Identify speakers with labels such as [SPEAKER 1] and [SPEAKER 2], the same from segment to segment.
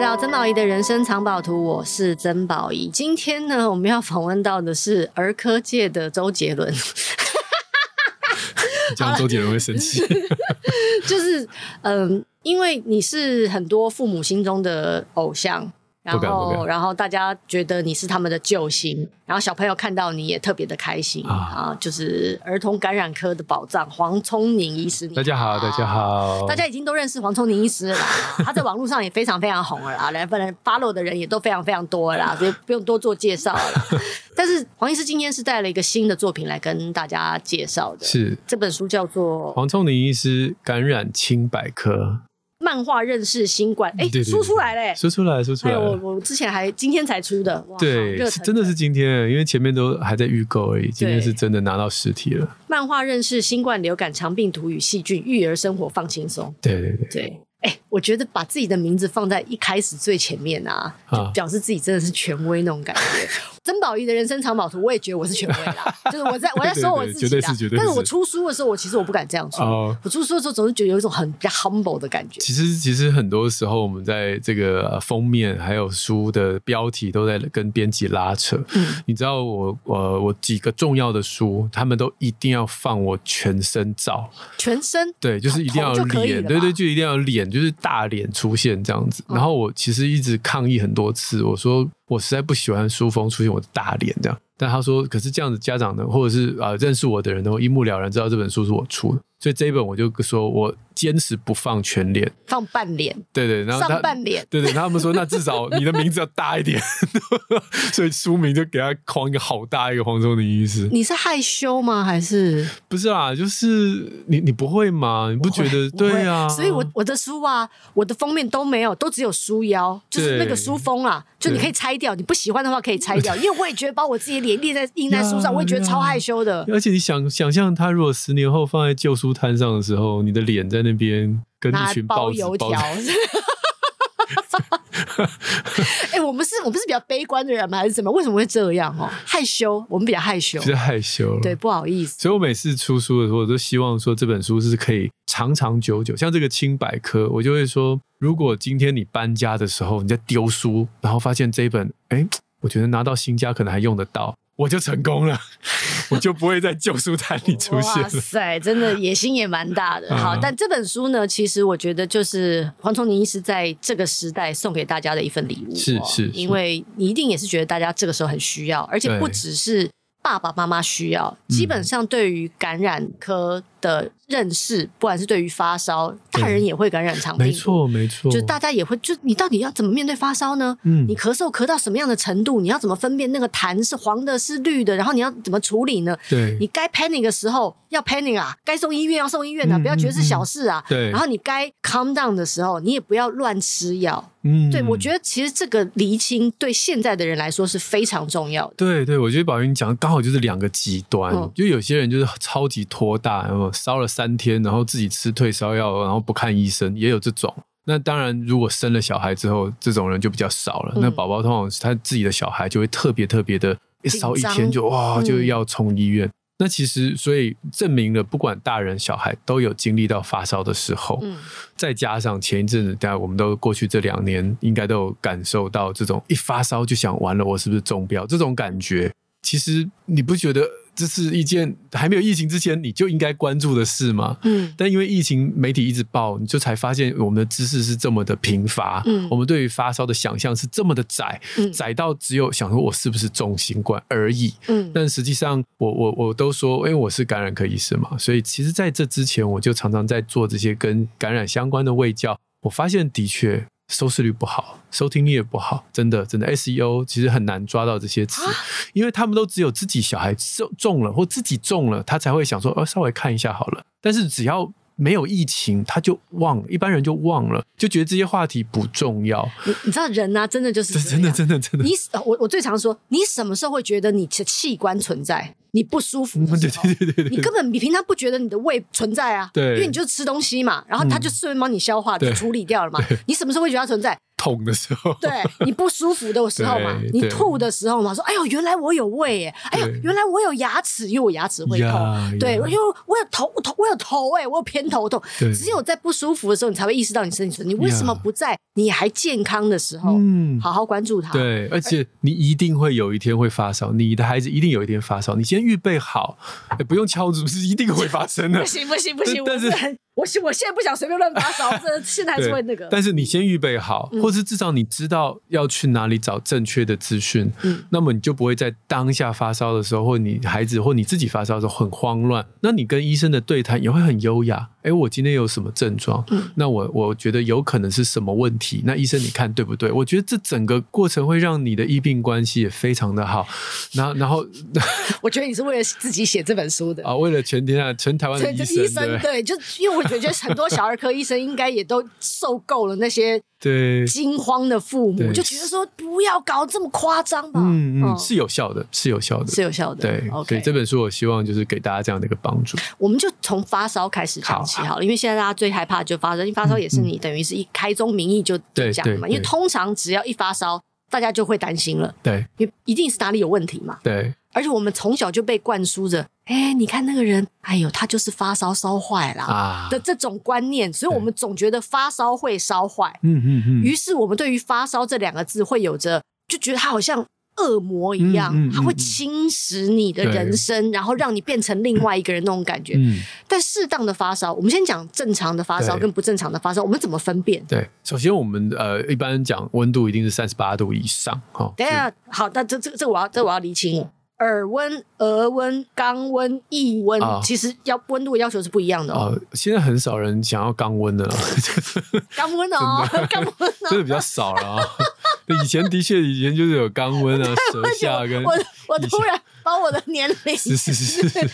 [SPEAKER 1] 到曾宝仪的人生藏宝图，我是曾宝仪。今天呢，我们要访问到的是儿科界的周杰伦，
[SPEAKER 2] 这样周杰伦会生气。
[SPEAKER 1] 就是嗯，因为你是很多父母心中的偶像，然
[SPEAKER 2] 不敢不
[SPEAKER 1] 后
[SPEAKER 2] 敢
[SPEAKER 1] 然后大家觉得你是他们的救星，然后小朋友看到你也特别的开心
[SPEAKER 2] 啊
[SPEAKER 1] 啊，就是儿童感染科的宝藏黄聪宁医师。你
[SPEAKER 2] 大家好，大家。好，
[SPEAKER 1] 大家已经都认识黄聪宁医师 了啦，他在网络上也非常非常红了啦，来不然 follow 的人也都非常非常多了 啦，所以不用多做介绍了啦。但是黄医师今天是带了一个新的作品来跟大家介绍的，
[SPEAKER 2] 是
[SPEAKER 1] 这本书叫做《
[SPEAKER 2] 黄聪林医师感染清百科，
[SPEAKER 1] 漫画认识新冠》，哎
[SPEAKER 2] 嗯对，对对
[SPEAKER 1] 书出来嘞、
[SPEAKER 2] 说出来，说出
[SPEAKER 1] 还
[SPEAKER 2] 来
[SPEAKER 1] 有我
[SPEAKER 2] 了。
[SPEAKER 1] 我之前还今天才出的，哇，
[SPEAKER 2] 对
[SPEAKER 1] 热，
[SPEAKER 2] 是
[SPEAKER 1] 腾
[SPEAKER 2] 真的是今天，因为前面都还在预购而已，今天是真的拿到实体了。
[SPEAKER 1] 漫画认识新冠流感肠病毒与细菌，育儿生活放轻松。
[SPEAKER 2] 对对对，
[SPEAKER 1] 对，哎、我觉得把自己的名字放在一开始最前面啊，
[SPEAKER 2] 啊
[SPEAKER 1] 就表示自己真的是权威那种感觉。曾宝仪的人生藏宝图，我也觉得我是权威 啦，就是我在我在说我自己啦。
[SPEAKER 2] 对对对绝对是绝对是
[SPEAKER 1] 但是我出书的时候，我其实我不敢这样说。
[SPEAKER 2] 哦，
[SPEAKER 1] 我出书的时候总是觉得有一种很比较 humble 的感觉，
[SPEAKER 2] 其实其实很多时候我们在这个呃封面还有书的标题都在跟编辑拉扯。
[SPEAKER 1] 嗯
[SPEAKER 2] 你知道我我我几个重要的书，他们都一定要放我全身照。
[SPEAKER 1] 全身
[SPEAKER 2] 对，就是一定要有
[SPEAKER 1] 头就可以
[SPEAKER 2] 脸，
[SPEAKER 1] 了
[SPEAKER 2] 对
[SPEAKER 1] 吧嗯
[SPEAKER 2] 对，就一定要有脸，就是大脸出现这样子。然后我其实一直抗议很多次，我说我实在不喜欢书风出现我的大脸这样。但他说，可是这样子家长呢，或者是呃认识我的人都一目了然知道这本书是我出的，所以这一本我就说我坚持不放全脸。
[SPEAKER 1] 放半脸，
[SPEAKER 2] 对对，然后
[SPEAKER 1] 上
[SPEAKER 2] 他。
[SPEAKER 1] 半脸。
[SPEAKER 2] 对对，他们说那至少你的名字要大一点， 所以书名就给他框一个好大一个黄忠的意思。
[SPEAKER 1] 你是害羞吗？还是
[SPEAKER 2] 不是啦，就是你你不会吗？你不觉得
[SPEAKER 1] 不会
[SPEAKER 2] 对啊？
[SPEAKER 1] 所以我我的书啊，我的封面都没有，都只有书腰，就是
[SPEAKER 2] 对
[SPEAKER 1] 那个书封啊，就你
[SPEAKER 2] 对
[SPEAKER 1] 可以拆掉，你不喜欢的话可以拆 掉，因为我也觉得把我自己的脸印在印在书上，
[SPEAKER 2] 呀
[SPEAKER 1] 我也觉得
[SPEAKER 2] 呀
[SPEAKER 1] 超害羞的。
[SPEAKER 2] 而且你想想象，他如果十年后放在旧书摊上的时候，你的脸在 那边跟
[SPEAKER 1] 拿
[SPEAKER 2] 一
[SPEAKER 1] 来
[SPEAKER 2] 群
[SPEAKER 1] 包
[SPEAKER 2] 报纸
[SPEAKER 1] 油条。
[SPEAKER 2] 包纸
[SPEAKER 1] 哎、我们是我们是比较悲观的人吗？还是怎么样？为什么会这样哦？害羞，我们比较害羞
[SPEAKER 2] 比，较害羞了。
[SPEAKER 1] 对，，不好意思。
[SPEAKER 2] 所以我每次出书的时候，我都希望说这本书是可以长长久久。像这个清百科，我就会说，如果今天你搬家的时候你在丢书，然后发现这一本，哎，我觉得拿到新家可能还用得到，我就成功了， 我就不会在旧书摊 里出现
[SPEAKER 1] 哇
[SPEAKER 2] 了。
[SPEAKER 1] 塞，真的野心也蛮大的。好，
[SPEAKER 2] 嗯
[SPEAKER 1] 但这本书呢，其实我觉得就是黄崇宁医师在这个时代送给大家的一份礼物、哦，
[SPEAKER 2] 是是是
[SPEAKER 1] 因为你一定也是觉得大家这个时候很需要，而且
[SPEAKER 2] 对
[SPEAKER 1] 不只是。爸爸妈妈需要，基本上对于感染科的认识，不管是对于发烧，大人也会感染肠病，
[SPEAKER 2] 没，错，没错，
[SPEAKER 1] 就大家也会，就你到底要怎么面对发烧呢？
[SPEAKER 2] 嗯
[SPEAKER 1] 你咳嗽咳到什么样的程度？你要怎么分辨那个痰是黄的，是绿的？然后你要怎么处理呢？
[SPEAKER 2] 对
[SPEAKER 1] 你该 panic 的时候要 panic 啊，该送医院要送医院啊，
[SPEAKER 2] 嗯
[SPEAKER 1] 不要觉得是小事啊。
[SPEAKER 2] 对，
[SPEAKER 1] 然后你该 calm down 的时候，你也不要乱吃药。
[SPEAKER 2] 嗯
[SPEAKER 1] 对我觉得其实这个厘清对现在的人来说是非常重要的。
[SPEAKER 2] 对对，我觉得宝云讲的刚好就是两个极端，
[SPEAKER 1] 嗯
[SPEAKER 2] 就有些人就是超级拖大，然后烧了三天，然后自己吃退烧药，然后不看医生，也有这种。那当然，如果生了小孩之后，这种人就比较少了。那
[SPEAKER 1] 嗯
[SPEAKER 2] 宝宝通常他自己的小孩就会特别特别的，一
[SPEAKER 1] 紧
[SPEAKER 2] 烧一
[SPEAKER 1] 张
[SPEAKER 2] 天就哇
[SPEAKER 1] 嗯
[SPEAKER 2] 就要冲医院。那其实所以证明了，不管大人小孩都有经历到发烧的时候。
[SPEAKER 1] 嗯，
[SPEAKER 2] 再加上前一阵子，大家我们都过去这两年应该都有感受到这种一发烧就想完了，我是不是中标这种感觉。其实你不觉得这是一件还没有疫情之前你就应该关注的事吗？
[SPEAKER 1] 嗯，
[SPEAKER 2] 但因为疫情，媒体一直报，你就才发现我们的知识是这么的贫乏，
[SPEAKER 1] 嗯
[SPEAKER 2] 我们对于发烧的想象是这么的窄，
[SPEAKER 1] 嗯
[SPEAKER 2] 窄到只有想说我是不是中新冠而已。
[SPEAKER 1] 嗯，
[SPEAKER 2] 但实际上我，我我都说，因为我是感染科医师嘛，所以其实在这之前，我就常常在做这些跟感染相关的卫教。我发现的确收视率不好，收听率也不好，真的真的 SEO 其实很难抓到这些词，
[SPEAKER 1] 啊
[SPEAKER 2] 因为他们都只有自己小孩中中了或自己中了，他才会想说，哦，稍微看一下好了。但是只要没有疫情，他就忘了，一般人就忘了，就觉得这些话题不重要。
[SPEAKER 1] 你你知道人啊，真的就是
[SPEAKER 2] 这
[SPEAKER 1] 这
[SPEAKER 2] 真的
[SPEAKER 1] 样
[SPEAKER 2] 真的真的，
[SPEAKER 1] 你呃我我最常说，你什么时候会觉得你的器官存在？你不舒服的时
[SPEAKER 2] 嗯对
[SPEAKER 1] 候，
[SPEAKER 2] 对对对
[SPEAKER 1] 你
[SPEAKER 2] 对，
[SPEAKER 1] 根本你平常不觉得你的胃存在啊，
[SPEAKER 2] 对嗯
[SPEAKER 1] 因为你就吃东西嘛，然后它就顺便帮你消化、
[SPEAKER 2] 对
[SPEAKER 1] 就处理掉了嘛。你什么时候会觉得它存在？
[SPEAKER 2] 痛的时候，
[SPEAKER 1] 对 你不舒服的时候嘛
[SPEAKER 2] 对，
[SPEAKER 1] 你
[SPEAKER 2] 对
[SPEAKER 1] 吐的时候嘛，说哎呦，原来我有胃耶，哎呦
[SPEAKER 2] 对，
[SPEAKER 1] 原来我有牙齿，因为我牙齿会痛。
[SPEAKER 2] 呀
[SPEAKER 1] 对，
[SPEAKER 2] 呀
[SPEAKER 1] 因为我有头头，我有头哎、我有偏头痛。
[SPEAKER 2] 对
[SPEAKER 1] 只有在不舒服的时候，你才会意识到你身体存。你为什么
[SPEAKER 2] 呀
[SPEAKER 1] 不在你还健康的时候，
[SPEAKER 2] 嗯，
[SPEAKER 1] 好好关注它？
[SPEAKER 2] 对，而且你一定会有一天会发烧，你的孩子一定有一天发烧，你先预备好，哎不用敲竹，是一定会发生的
[SPEAKER 1] 不。行不行不行，
[SPEAKER 2] 但
[SPEAKER 1] 我
[SPEAKER 2] 是
[SPEAKER 1] 是很，我是我现在不想随便乱发烧，这 现在还是会那个。
[SPEAKER 2] 但是你先预备好，
[SPEAKER 1] 嗯
[SPEAKER 2] 或是至少你知道要去哪里找正确的资讯，
[SPEAKER 1] 嗯
[SPEAKER 2] 那么你就不会在当下发烧的时候，或你孩子或你自己发烧的时候很慌乱。那你跟医生的对谈也会很优雅。哎，我今天有什么症状？
[SPEAKER 1] 嗯
[SPEAKER 2] 那我我觉得有可能是什么问题？那医生你看对不对？我觉得这整个过程会让你的医病关系也非常的好。然后然后
[SPEAKER 1] 我觉得你是为了自己写这本书的。
[SPEAKER 2] 啊，为了全天下全台湾
[SPEAKER 1] 所
[SPEAKER 2] 的
[SPEAKER 1] 以
[SPEAKER 2] 医
[SPEAKER 1] 这
[SPEAKER 2] 生，
[SPEAKER 1] 医生
[SPEAKER 2] 对
[SPEAKER 1] 对，就因为我觉得很多小儿科医生应该也都受够了那些
[SPEAKER 2] 对，
[SPEAKER 1] 惊慌的父
[SPEAKER 2] 对
[SPEAKER 1] 母，就觉得说不要搞这么夸张吧。
[SPEAKER 2] 嗯嗯，是有效的，是有效的
[SPEAKER 1] 是。有效的。
[SPEAKER 2] 对所以
[SPEAKER 1] ，OK，
[SPEAKER 2] 这本书我希望就是给大家这样的一个帮助。
[SPEAKER 1] 我们就从发烧开始讲起好了，因为现在大家最害怕就发烧，因为发烧也是你等于是一开宗明义就
[SPEAKER 2] 嗯对
[SPEAKER 1] 就讲了嘛，
[SPEAKER 2] 对
[SPEAKER 1] 因为通常只要一发烧，大家就会担心了，
[SPEAKER 2] 对
[SPEAKER 1] 因为一定是哪里有问题嘛。
[SPEAKER 2] 对
[SPEAKER 1] 而且我们从小就被灌输着，哎，你看那个人，哎呦，他就是发烧烧坏啦、
[SPEAKER 2] 啊，
[SPEAKER 1] 的这种观念，所以
[SPEAKER 2] 对
[SPEAKER 1] 我们总觉得发烧会烧坏，
[SPEAKER 2] 嗯嗯嗯，
[SPEAKER 1] 于是我们对于发烧这两个字会有着就觉得他好像。恶魔一样，
[SPEAKER 2] 嗯嗯嗯
[SPEAKER 1] 他会侵蚀你的
[SPEAKER 2] 对
[SPEAKER 1] 人生，然后让你变成另外一个人那种感觉。
[SPEAKER 2] 嗯，
[SPEAKER 1] 但适当的发烧，我们先讲正常的发烧
[SPEAKER 2] 对
[SPEAKER 1] 跟不正常的发烧，我们怎么分辨？
[SPEAKER 2] 对。首先，我们呃一般讲温度一定是三十八度以上哈。哦
[SPEAKER 1] 等一下，好，那这这这我要这我要厘清了。耳温、额温、肛温、腋温
[SPEAKER 2] 啊，
[SPEAKER 1] 其实要温度的要求是不一样的哦。
[SPEAKER 2] 呃，现在很少人想要肛温的了，
[SPEAKER 1] 肛温哦，肛温
[SPEAKER 2] 真
[SPEAKER 1] 哦。
[SPEAKER 2] 的比较少了啊。 以前的确，以前就是有肛温啊，舌下跟
[SPEAKER 1] 我我突然把我的年龄，
[SPEAKER 2] 是是是是，
[SPEAKER 1] 婴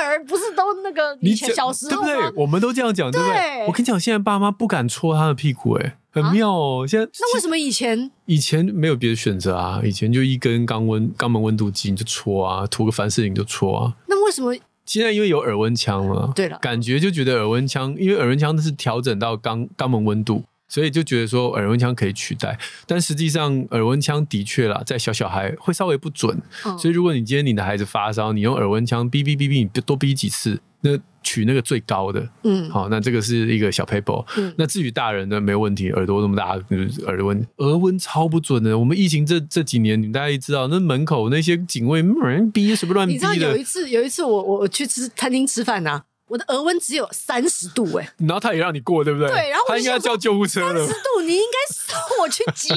[SPEAKER 1] 儿不是都那个
[SPEAKER 2] 你
[SPEAKER 1] 以前小时
[SPEAKER 2] 对
[SPEAKER 1] 候
[SPEAKER 2] 不
[SPEAKER 1] 吗？
[SPEAKER 2] 对？我们都这样讲，对不对？
[SPEAKER 1] 对啊
[SPEAKER 2] 我跟你讲，现在爸妈不敢戳他的屁股，哎，很妙哦。现在
[SPEAKER 1] 那为什么以前
[SPEAKER 2] 以前没有别的选择啊，以前就一根肛温肛门温度计你就戳啊，涂个凡士林就戳啊。
[SPEAKER 1] 那为什么嗯
[SPEAKER 2] 现在因为有耳温枪了，
[SPEAKER 1] 对啊了
[SPEAKER 2] 感觉就觉得耳温枪，因为耳温枪是调整到肛肛门温度，所以就觉得说耳温枪可以取代。但实际上耳温枪的确啦，在小小孩会稍微不准，
[SPEAKER 1] 嗯
[SPEAKER 2] 所以如果你今天你的孩子发烧，你用耳温枪哔哔哔哔，你多哔几次，那取那个最高的，
[SPEAKER 1] 嗯
[SPEAKER 2] 好，那这个是一个小 paper。
[SPEAKER 1] 嗯
[SPEAKER 2] 那至于大人呢，没问题，耳朵那么大，嗯耳温额温超不准的。我们疫情这这几年，你们大家也知道，那门口那些警卫没人逼，随便乱逼
[SPEAKER 1] 你知道有
[SPEAKER 2] 的
[SPEAKER 1] 一，次有一次我我我去吃餐厅吃饭呐、啊我的额温只有三十度 哎、
[SPEAKER 2] 然后他也让你过，对不对？
[SPEAKER 1] 对然后我
[SPEAKER 2] 他
[SPEAKER 1] 就
[SPEAKER 2] 应该
[SPEAKER 1] 想说
[SPEAKER 2] 叫救护车
[SPEAKER 1] 三
[SPEAKER 2] 了？
[SPEAKER 1] 十。度，你应该送我去急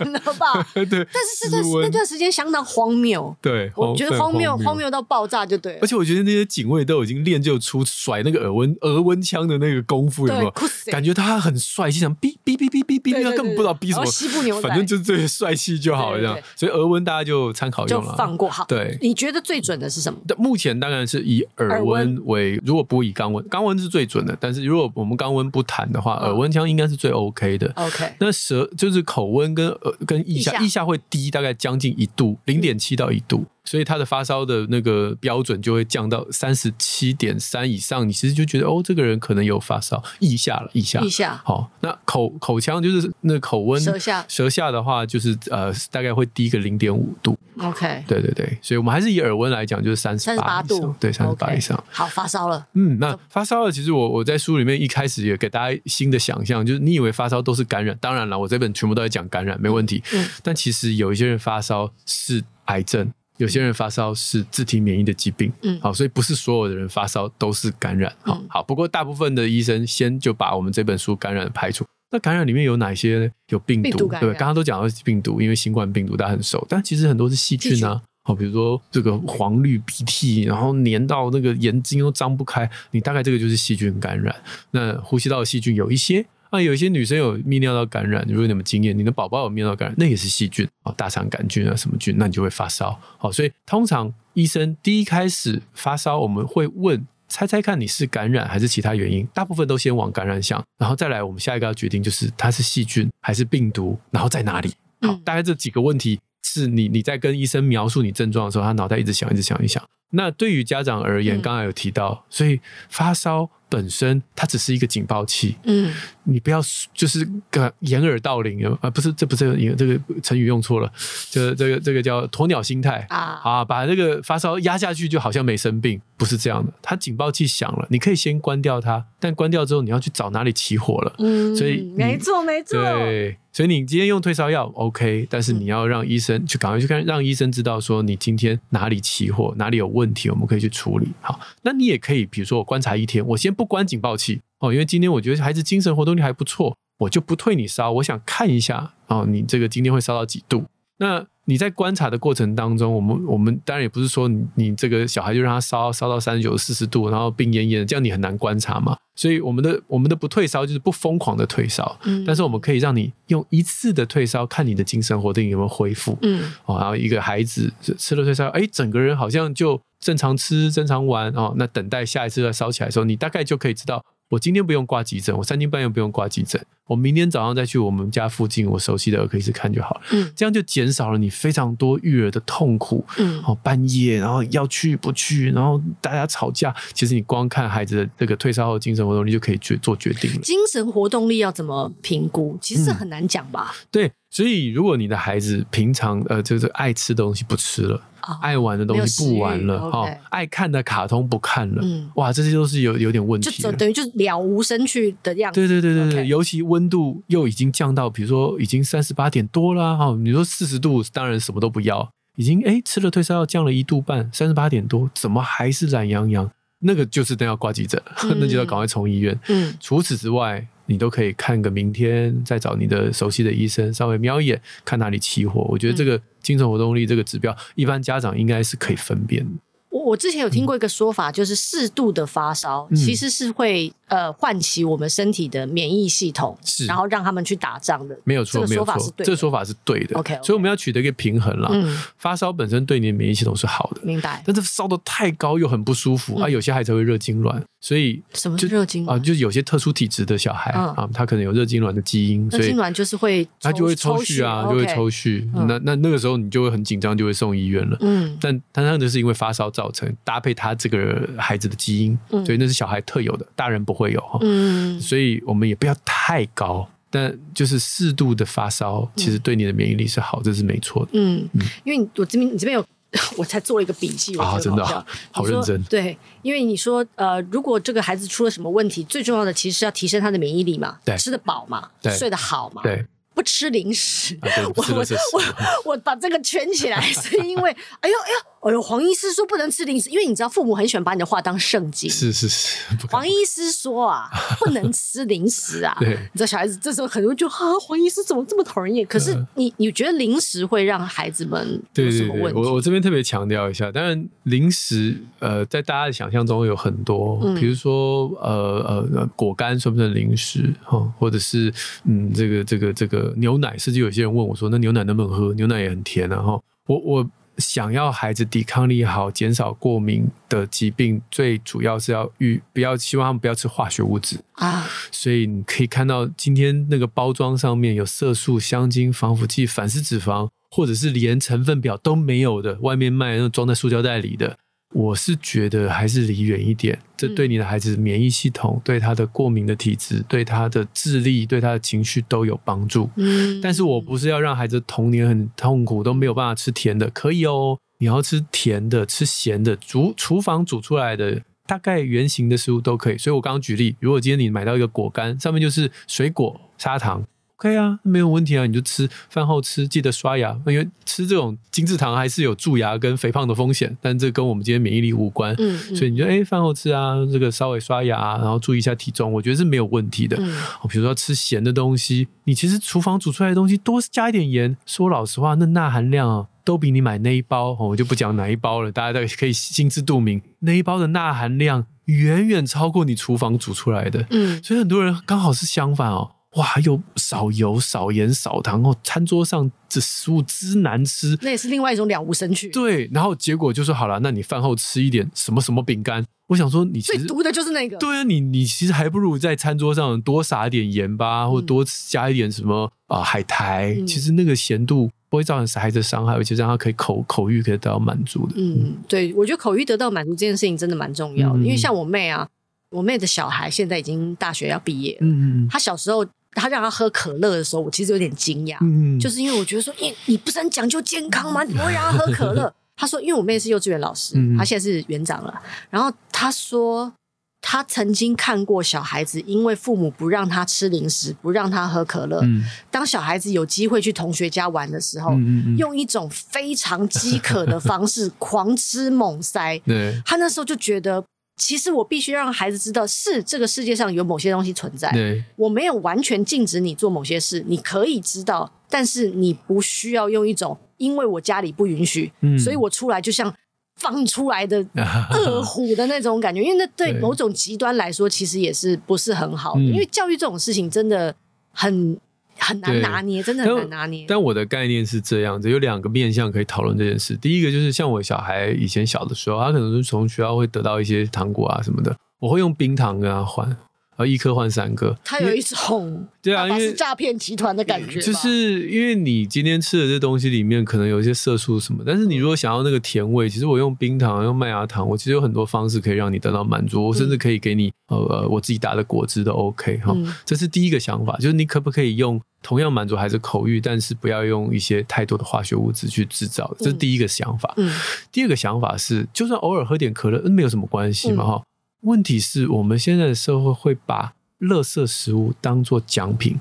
[SPEAKER 1] 诊了吧
[SPEAKER 2] 对
[SPEAKER 1] 但是这段
[SPEAKER 2] 室温
[SPEAKER 1] 那段时间相当荒谬，
[SPEAKER 2] 对，
[SPEAKER 1] 我觉得荒谬，
[SPEAKER 2] 很
[SPEAKER 1] 荒。谬到爆炸就对了
[SPEAKER 2] 而。且我觉得那些警卫都已经练就出甩那个耳温额温枪的那个功夫，有没
[SPEAKER 1] 对
[SPEAKER 2] 有？
[SPEAKER 1] 酷死欸
[SPEAKER 2] 感觉他很帅气，想逼逼逼逼逼逼，
[SPEAKER 1] 对对
[SPEAKER 2] 他根本
[SPEAKER 1] 对
[SPEAKER 2] 不知道
[SPEAKER 1] 对
[SPEAKER 2] 逼什
[SPEAKER 1] 然后
[SPEAKER 2] 么，
[SPEAKER 1] 西部牛仔
[SPEAKER 2] 反正就是最帅气就好了，
[SPEAKER 1] 对对
[SPEAKER 2] 这样
[SPEAKER 1] 对。
[SPEAKER 2] 所以额温大家就参考
[SPEAKER 1] 就
[SPEAKER 2] 用了，啊
[SPEAKER 1] 放过好。
[SPEAKER 2] 对
[SPEAKER 1] 你觉得最准的是什么？
[SPEAKER 2] 但目前当然是以耳
[SPEAKER 1] 耳
[SPEAKER 2] 温
[SPEAKER 1] 温
[SPEAKER 2] 为，如果不以肛温，肛温是最准的。但是如果我们肛温不谈的话，耳温枪应该是最 OK 的。
[SPEAKER 1] 嗯 OK，
[SPEAKER 2] 那舌就是口温跟耳跟腋
[SPEAKER 1] 腋
[SPEAKER 2] 下，
[SPEAKER 1] 下嗯
[SPEAKER 2] 腋下会低大概将近一度，零点七到一度，所以它的发烧的那个标准就会降到三十七点三以上。你其实就觉得哦，这个人可能有发烧，腋下了，腋下，
[SPEAKER 1] 腋下
[SPEAKER 2] 好，那口口腔就是那口温，
[SPEAKER 1] 舌下
[SPEAKER 2] 舌下的话就是呃大概会低个零点五度，
[SPEAKER 1] OK，
[SPEAKER 2] 对对对，所以我们还是以耳温来讲，就是三十八
[SPEAKER 1] 38度
[SPEAKER 2] 对，三十八
[SPEAKER 1] OK
[SPEAKER 2] 以上。
[SPEAKER 1] 好发烧了，
[SPEAKER 2] 嗯，那发烧了，其实我我在书里面一开始也给大家新的想象，就是你以为发烧都是感染，当然了，我这本全部都在讲感染，没问题。
[SPEAKER 1] 嗯
[SPEAKER 2] 但其实有一些人发烧是癌症，有些人发烧是自体免疫的疾病。
[SPEAKER 1] 嗯
[SPEAKER 2] 好，所以不是所有的人发烧都是感染。好，
[SPEAKER 1] 嗯
[SPEAKER 2] 好，不过大部分的医生先就把我们这本书感染排除。那感染里面有哪些呢？有病毒，
[SPEAKER 1] 病毒感
[SPEAKER 2] 对，
[SPEAKER 1] 染
[SPEAKER 2] 刚刚都讲到病毒，因为新冠病毒大家很熟，但其实很多是细菌
[SPEAKER 1] 细菌
[SPEAKER 2] 啊。好，比如说这个黄绿鼻涕，然后粘到那个眼睛都张不开，你大概这个就是细菌感染。那呼吸道细菌有一些。啊，有一些女生有泌尿道感染，如果你们经验，你的宝宝有泌尿道感染，那也是细菌啊、哦大肠杆菌啊，什么菌，那你就会发烧。好、所以通常医生第一开始发烧，我们会问，猜猜看你是感染还是其他原因，大部分都先往感染想，然后再来我们下一个要决定就是它是细菌还是病毒，然后在哪里。好
[SPEAKER 1] 嗯，
[SPEAKER 2] 大概这几个问题是你你在跟医生描述你症状的时候，他脑袋一直想，一直想，一直想。那对于家长而言，
[SPEAKER 1] 嗯
[SPEAKER 2] 刚才有提到，所以发烧本身它只是一个警报器，
[SPEAKER 1] 嗯，
[SPEAKER 2] 你不要就是个掩耳盗铃有没有啊，不是，这不是掩这个成语用错了，这这个这个叫鸵鸟心态
[SPEAKER 1] 啊
[SPEAKER 2] 啊，把这个发烧压下去就好像没生病，不是这样的，它警报器响了，你可以先关掉它，但关掉之后你要去找哪里起火了。
[SPEAKER 1] 嗯，
[SPEAKER 2] 所以
[SPEAKER 1] 没错没错，
[SPEAKER 2] 对，所以你今天用退烧药 OK，但是你要让医生去赶快去看，让医生知道说你今天哪里起火，哪里有问题，我们可以去处理。好，那你也可以，比如说我观察一天，我先不关警报器哦，因为今天我觉得孩子精神活动力还不错，我就不退你烧，我想看一下哦，你这个今天会烧到几度？那你在观察的过程当中，我们我们当然也不是说你你这个小孩就让他烧烧到三十九、四十度，然后病恹恹的，这样你很难观察嘛。所以我们的我们的不退烧就是不疯狂的退烧，
[SPEAKER 1] 嗯
[SPEAKER 2] 但是我们可以让你用一次的退烧，看你的精神活动有没有恢复。
[SPEAKER 1] 嗯
[SPEAKER 2] 哦，然后一个孩子吃了退烧，哎，整个人好像就正常吃、正常玩哦。那等待下一次再烧起来的时候，你大概就可以知道，我今天不用挂急诊，我三更半夜不用挂急诊，我明天早上再去我们家附近我熟悉的儿科医师看就好了。
[SPEAKER 1] 嗯
[SPEAKER 2] 这样就减少了你非常多育儿的痛苦。
[SPEAKER 1] 嗯
[SPEAKER 2] 哦，半夜然后要去不去，然后大家吵架，其实你光看孩子的这个退烧后精神活动力就可以决做决定了。
[SPEAKER 1] 精神活动力要怎么评估？其实这很难讲吧？
[SPEAKER 2] 对，所以如果你的孩子平常呃就是爱吃的东西不吃了，
[SPEAKER 1] 啊，
[SPEAKER 2] 爱玩的东西不玩
[SPEAKER 1] 没
[SPEAKER 2] 了，
[SPEAKER 1] 有食欲
[SPEAKER 2] 哦
[SPEAKER 1] OK，
[SPEAKER 2] 爱看的卡通不看了，
[SPEAKER 1] 嗯
[SPEAKER 2] 哇，这些都是有有点问
[SPEAKER 1] 就
[SPEAKER 2] 题
[SPEAKER 1] 就
[SPEAKER 2] 了。
[SPEAKER 1] 等于就是了无生趣的样子。
[SPEAKER 2] 对对对对对
[SPEAKER 1] OK
[SPEAKER 2] 尤其温度又已经降到，比如说已经三十八点多啦，哈、你说四十度，当然什么都不要，已经哎吃了退烧药降了一度半，三十八点多，怎么还是懒洋洋？那个就是真要挂急诊，
[SPEAKER 1] 嗯
[SPEAKER 2] 那就要赶快从医院。
[SPEAKER 1] 嗯
[SPEAKER 2] 除此之外，你都可以看个明天，再找你的熟悉的医生稍微瞄一眼，看哪里起火。我觉得
[SPEAKER 1] 嗯
[SPEAKER 2] 这个精神活动力这个指标，一般家长应该是可以分辨的。
[SPEAKER 1] 我我之前有听过一个说法，就是适度的发烧、
[SPEAKER 2] 嗯
[SPEAKER 1] 其实是会呃唤起我们身体的免疫系统，
[SPEAKER 2] 是
[SPEAKER 1] 然后让他们去打仗的。
[SPEAKER 2] 没有
[SPEAKER 1] 这
[SPEAKER 2] 错，
[SPEAKER 1] 个
[SPEAKER 2] 没有
[SPEAKER 1] 说法
[SPEAKER 2] 错
[SPEAKER 1] 是，对的
[SPEAKER 2] 这个说法是对的。
[SPEAKER 1] OK，OK
[SPEAKER 2] 所以我们要取得一个平衡啦。
[SPEAKER 1] 嗯，
[SPEAKER 2] 发烧本身对你的免疫系统是好的，
[SPEAKER 1] 明白。
[SPEAKER 2] 但是烧的太高又很不舒服、
[SPEAKER 1] 嗯
[SPEAKER 2] 啊，有些孩子会热痉挛，所以
[SPEAKER 1] 什么
[SPEAKER 2] 就是
[SPEAKER 1] 热痉挛
[SPEAKER 2] 啊，就有些特殊体质的小孩、
[SPEAKER 1] 嗯
[SPEAKER 2] 啊，他可能有热痉挛的基因，
[SPEAKER 1] 那
[SPEAKER 2] 所以
[SPEAKER 1] 痉挛就是会
[SPEAKER 2] 他就会抽
[SPEAKER 1] 血
[SPEAKER 2] 搐啊，就会。抽
[SPEAKER 1] OK
[SPEAKER 2] 搐。
[SPEAKER 1] 嗯
[SPEAKER 2] 那那那个时候你就会很紧张，就会送医院了。
[SPEAKER 1] 嗯
[SPEAKER 2] 但但他就是因为发烧造成，搭配他这个孩子的基因，
[SPEAKER 1] 嗯
[SPEAKER 2] 所以那是小孩特有的，大人不会有哈。
[SPEAKER 1] 嗯，
[SPEAKER 2] 所以我们也不要太高，但就是适度的发烧，其实对你的免疫力是好，这是没错的。
[SPEAKER 1] 嗯，因为你我这边你这边有， 我才做了一个笔记，我
[SPEAKER 2] 啊
[SPEAKER 1] 觉得
[SPEAKER 2] 真的啊
[SPEAKER 1] 好
[SPEAKER 2] 好
[SPEAKER 1] 笑你说
[SPEAKER 2] 认真
[SPEAKER 1] 对，因为你说呃，如果这个孩子出了什么问题，最重要的其实是要提升他的免疫力嘛，
[SPEAKER 2] 对
[SPEAKER 1] 吃得饱嘛，
[SPEAKER 2] 对
[SPEAKER 1] 睡得好嘛，
[SPEAKER 2] 对，
[SPEAKER 1] 不吃零食。
[SPEAKER 2] 啊，对，
[SPEAKER 1] 我
[SPEAKER 2] 是
[SPEAKER 1] 我
[SPEAKER 2] 的，是的。是的
[SPEAKER 1] 我我把这个圈起 来，是因为哎呦哎呦哎呦，黄医师说不能吃零食，因为你知道父母很喜欢把你的话当圣经。
[SPEAKER 2] 是是是，不敢
[SPEAKER 1] 黄医师说啊，不能吃零食啊。
[SPEAKER 2] 对
[SPEAKER 1] 你知道小孩子这时候可能会觉得啊，黄医师怎么这么讨人厌？可 是你你觉得零食会让孩子们有
[SPEAKER 2] 对
[SPEAKER 1] 什
[SPEAKER 2] 对
[SPEAKER 1] 么
[SPEAKER 2] 对，
[SPEAKER 1] 问题？
[SPEAKER 2] 我我这边特别强调一下，当然零食呃，在大家的想象中有很多，
[SPEAKER 1] 嗯
[SPEAKER 2] 比如说呃呃呃果干算不算零食哈、哦或者是嗯这个这个这个牛奶，甚至有些人问我说，那牛奶能不能喝？牛奶也很甜啊哈、我我想要孩子抵抗力好，减少过敏的疾病，最主要是要预不要希望他们不要吃化学物质。
[SPEAKER 1] 啊，
[SPEAKER 2] 所以你可以看到今天那个包装上面有色素、香精、防腐剂、反式脂肪，或者是连成分表都没有的，外面卖那种装在塑胶袋里的。我是觉得还是离远一点，这
[SPEAKER 1] 嗯
[SPEAKER 2] 对你的孩子免疫系统、对他的过敏的体质、对他的智力、对他的情绪都有帮助。
[SPEAKER 1] 嗯
[SPEAKER 2] 但是我不是要让孩子童年很痛苦，都没有办法吃甜的，可以哦。你要吃甜的，吃咸的，煮厨房煮出来的大概圆形的食物都可以。所以我刚刚举例，如果今天你买到一个果干，上面就是水果、砂糖。OK 啊，没有问题啊，你就吃，饭后吃，记得刷牙，因为吃这种精致糖还是有蛀牙跟肥胖的风险，但这跟我们今天免疫力无关，
[SPEAKER 1] 嗯，嗯
[SPEAKER 2] 所以你就哎饭后吃啊，这个稍微刷牙啊，然后注意一下体重，我觉得是没有问题的。
[SPEAKER 1] 嗯
[SPEAKER 2] 哦，比如说吃咸的东西，你其实厨房煮出来的东西多加一点盐，说老实话，那钠含量啊，都比你买那一包，哦、我就不讲哪一包了，大家大概可以心知肚明，那一包的钠含量远远超过你厨房煮出来的，
[SPEAKER 1] 嗯
[SPEAKER 2] 所以很多人刚好是相反哦。哇，又少油、少盐、少糖哦，餐桌上这食物之难吃，
[SPEAKER 1] 那也是另外一种了无生趣。
[SPEAKER 2] 对，然后结果就说好了，那你饭后吃一点什么什么饼干，我想说你其
[SPEAKER 1] 最
[SPEAKER 2] 实
[SPEAKER 1] 毒的就是那个，
[SPEAKER 2] 对啊，你你其实还不如在餐桌上多撒一点盐吧，或多加一点什么啊、海苔，
[SPEAKER 1] 嗯
[SPEAKER 2] 其实那个咸度不会造成孩子伤害，而且让他可以口口欲可以得到满足的。
[SPEAKER 1] 嗯，对，我觉得口欲得到满足这件事情真的蛮重要的，
[SPEAKER 2] 嗯
[SPEAKER 1] 因为像我妹啊，我妹的小孩现在已经大学要毕业了，
[SPEAKER 2] 嗯嗯
[SPEAKER 1] 她小时候她让她喝可乐的时候，我其实有点惊讶，
[SPEAKER 2] 嗯，
[SPEAKER 1] 就是是因为我觉得说，你你不是很讲究健康 吗？你怎么会让他喝可乐？他说，因为我妹是幼稚园老师
[SPEAKER 2] 嗯，
[SPEAKER 1] 她现在是园长了。然后他说，他曾经看过小孩子因为父母不让他吃零食，不让他喝可乐，
[SPEAKER 2] 嗯
[SPEAKER 1] 当小孩子有机会去同学家玩的时候，
[SPEAKER 2] 嗯嗯嗯，
[SPEAKER 1] 用一种非常饥渴的方式狂吃猛 塞。
[SPEAKER 2] 对
[SPEAKER 1] 他那时候就觉得，其实我必须让孩子知道，是这个世界上有某些东西存在。
[SPEAKER 2] 对，
[SPEAKER 1] 我没有完全禁止你做某些事，你可以知道，但是你不需要用一种因为我家里不允许，
[SPEAKER 2] 嗯
[SPEAKER 1] 所以我出来就像放出来 的饿虎的那种感觉，因为那对
[SPEAKER 2] 对
[SPEAKER 1] 某种极端来说，其实也是不是很好的。
[SPEAKER 2] 嗯
[SPEAKER 1] 因为教育这种事情真的很很难
[SPEAKER 2] 对
[SPEAKER 1] 拿捏，真的很难拿捏。
[SPEAKER 2] 但我的概念是这样子，有两个面向可以讨论这件事。第一个就是像我小孩以前小的时候，他可能是从学校会得到一些糖果啊什么的，我会用冰糖跟他换，然后一颗换三颗。
[SPEAKER 1] 他有一种
[SPEAKER 2] 对啊
[SPEAKER 1] 爸爸
[SPEAKER 2] 因为
[SPEAKER 1] 是诈骗集团的感觉吧，
[SPEAKER 2] 嗯就是因为你今天吃的这东西里面可能有一些色素什么，但是你如果想要那个甜味，其实我用冰糖、用麦芽糖，我其实有很多方式可以让你得到满足。我甚至可以给你呃呃我自己打的果汁都 OK 哈、
[SPEAKER 1] 嗯
[SPEAKER 2] 这是第一个想法，就是你可不可以用同样满足孩子口欲，但是不要用一些太多的化学物质去制造，这是第一个想法。
[SPEAKER 1] 嗯
[SPEAKER 2] 第二个想法是，就算偶尔喝点可乐，嗯，没有什么关系嘛哈、问题是我们现在的社会会把垃圾食物当做奖品，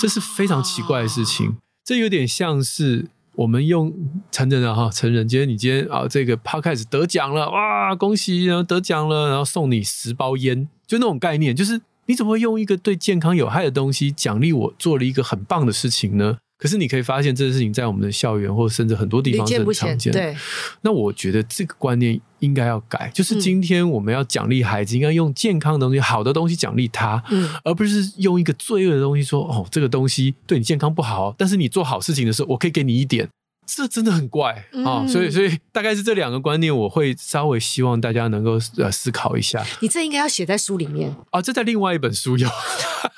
[SPEAKER 2] 这是非常奇怪的事
[SPEAKER 1] 啊
[SPEAKER 2] 情。这有点像是我们用成人啊了哈，成人今天你今天啊这个 podcast 得奖了哇，恭喜，然后得奖了，然后送你十包烟，就那种概念，就是你怎么会用一个对健康有害的东西奖励我做了一个很棒的事情呢？可是你可以发现，这件事情在我们的校园或甚至很多地
[SPEAKER 1] 屡
[SPEAKER 2] 方是
[SPEAKER 1] 见
[SPEAKER 2] 很
[SPEAKER 1] 不
[SPEAKER 2] 常
[SPEAKER 1] 鲜，
[SPEAKER 2] 见的。
[SPEAKER 1] 对，
[SPEAKER 2] 那我觉得这个观念应该要改，
[SPEAKER 1] 嗯
[SPEAKER 2] 就是今天我们要奖励孩子，应该用健康的东西、好的东西奖励他，
[SPEAKER 1] 嗯
[SPEAKER 2] 而不是用一个罪恶的东西说哦，这个东西对你健康不好，但是你做好事情的时候，我可以给你一点。这真的很怪啊、
[SPEAKER 1] 嗯
[SPEAKER 2] 所以所以大概是这两个观念，我会稍微希望大家能够呃思考一下
[SPEAKER 1] 你这应该要写在书里面。
[SPEAKER 2] 啊。这在另外一本书有，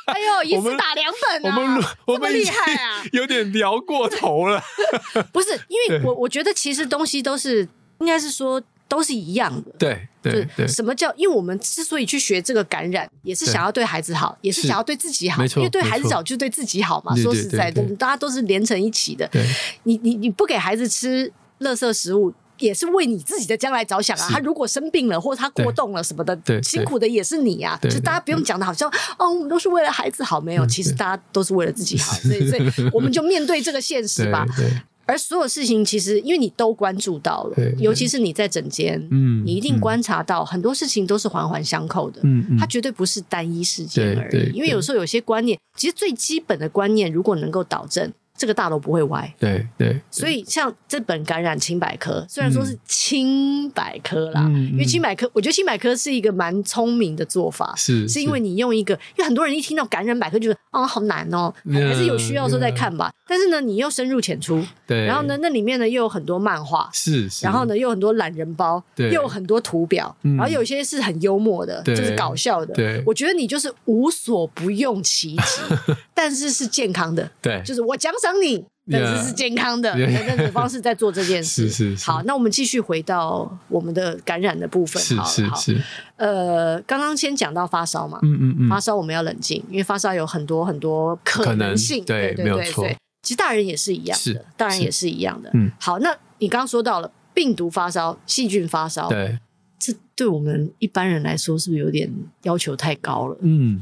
[SPEAKER 1] 哎呦，一
[SPEAKER 2] 我们
[SPEAKER 1] 次打两本
[SPEAKER 2] 我
[SPEAKER 1] 啊，
[SPEAKER 2] 们我
[SPEAKER 1] 这么
[SPEAKER 2] 们已
[SPEAKER 1] 厉
[SPEAKER 2] 经
[SPEAKER 1] 害啊！
[SPEAKER 2] 有点聊过头 了。
[SPEAKER 1] 不是，因为
[SPEAKER 2] 对
[SPEAKER 1] 我我觉得其实东西都是，应该是说都是一样的。
[SPEAKER 2] 对对
[SPEAKER 1] 就
[SPEAKER 2] 对
[SPEAKER 1] 是，什么叫？因为我们之所以去学这个感染，也是
[SPEAKER 2] 对
[SPEAKER 1] 想要对孩子好，也是
[SPEAKER 2] 是
[SPEAKER 1] 想要对自己好。
[SPEAKER 2] 没错
[SPEAKER 1] 因为对孩
[SPEAKER 2] 没
[SPEAKER 1] 子
[SPEAKER 2] 错
[SPEAKER 1] 好就是对自己好嘛。
[SPEAKER 2] 对
[SPEAKER 1] 说
[SPEAKER 2] 对
[SPEAKER 1] 实在的
[SPEAKER 2] 对，对
[SPEAKER 1] 大家都是连成一起的。
[SPEAKER 2] 对
[SPEAKER 1] 你你你不给孩子吃垃圾食物。也是为你自己的将来着想啊！
[SPEAKER 2] 是
[SPEAKER 1] 他如果生病了，或者他过动了什么的
[SPEAKER 2] 对，对
[SPEAKER 1] 辛苦的也是你啊！
[SPEAKER 2] 对嗯
[SPEAKER 1] 就大家不用讲的好像哦，我们都是为了孩子好，没有，其实大家都是为了自己好，所以所 以我们就面对这个现实
[SPEAKER 2] 对
[SPEAKER 1] 吧。
[SPEAKER 2] 对，
[SPEAKER 1] 而所有事情其实因为你都关注到了
[SPEAKER 2] 对对，
[SPEAKER 1] 尤其是你在整间，
[SPEAKER 2] 嗯
[SPEAKER 1] 你一定
[SPEAKER 2] 嗯
[SPEAKER 1] 观察到很多事情都是环环相扣的。
[SPEAKER 2] 嗯嗯
[SPEAKER 1] 它绝对不是单一事件而
[SPEAKER 2] 对
[SPEAKER 1] 已
[SPEAKER 2] 对，
[SPEAKER 1] 因为有时候有些观念，其实最基本的观念，如果能够导正，这个大楼不会歪。
[SPEAKER 2] 对对，
[SPEAKER 1] 所以像这本《感染清百科》，虽然说是清百科啦，
[SPEAKER 2] 嗯嗯嗯
[SPEAKER 1] 因为清百科，我觉得清百科是一个蛮聪明的做法，
[SPEAKER 2] 是
[SPEAKER 1] 是因为你用一个，因为很多人一听到感染百科就觉得啊、好难哦，还还是有需要的时候再看吧。但是呢，你又深入浅出，
[SPEAKER 2] 对，
[SPEAKER 1] 然后呢，那里面呢又有很多漫画，
[SPEAKER 2] 是，是
[SPEAKER 1] 然后？呢又有很多懒人包，
[SPEAKER 2] 对
[SPEAKER 1] 又有很多图表，
[SPEAKER 2] 嗯
[SPEAKER 1] 然后有一些是很幽默的，
[SPEAKER 2] 对
[SPEAKER 1] 就是搞笑的。
[SPEAKER 2] 对
[SPEAKER 1] 我觉得你就是无所不用其 极，但是是健康的，
[SPEAKER 2] 对，
[SPEAKER 1] 就是我奖赏你，但
[SPEAKER 2] Yeah
[SPEAKER 1] 是是健康的
[SPEAKER 2] Yeah
[SPEAKER 1] 那种方式在做这件事。
[SPEAKER 2] 是是是
[SPEAKER 1] 好，那我们继续回到我们的感染的部分。
[SPEAKER 2] 是
[SPEAKER 1] 好了
[SPEAKER 2] 是
[SPEAKER 1] 好
[SPEAKER 2] 是，
[SPEAKER 1] 呃，刚刚先讲到发烧嘛，
[SPEAKER 2] 嗯嗯嗯
[SPEAKER 1] 发，烧我们要冷静，因为发烧有很多很多可能性，
[SPEAKER 2] 可能对
[SPEAKER 1] 对对
[SPEAKER 2] 没有
[SPEAKER 1] 对
[SPEAKER 2] 错
[SPEAKER 1] 对其实大人也是一样
[SPEAKER 2] 是
[SPEAKER 1] 的，大人
[SPEAKER 2] 是
[SPEAKER 1] 也是一样的。
[SPEAKER 2] 嗯，
[SPEAKER 1] 好，那你刚刚说到了病毒发烧、细菌发烧，
[SPEAKER 2] 对，
[SPEAKER 1] 这对我们一般人来说是不是有点要求太高了？
[SPEAKER 2] 嗯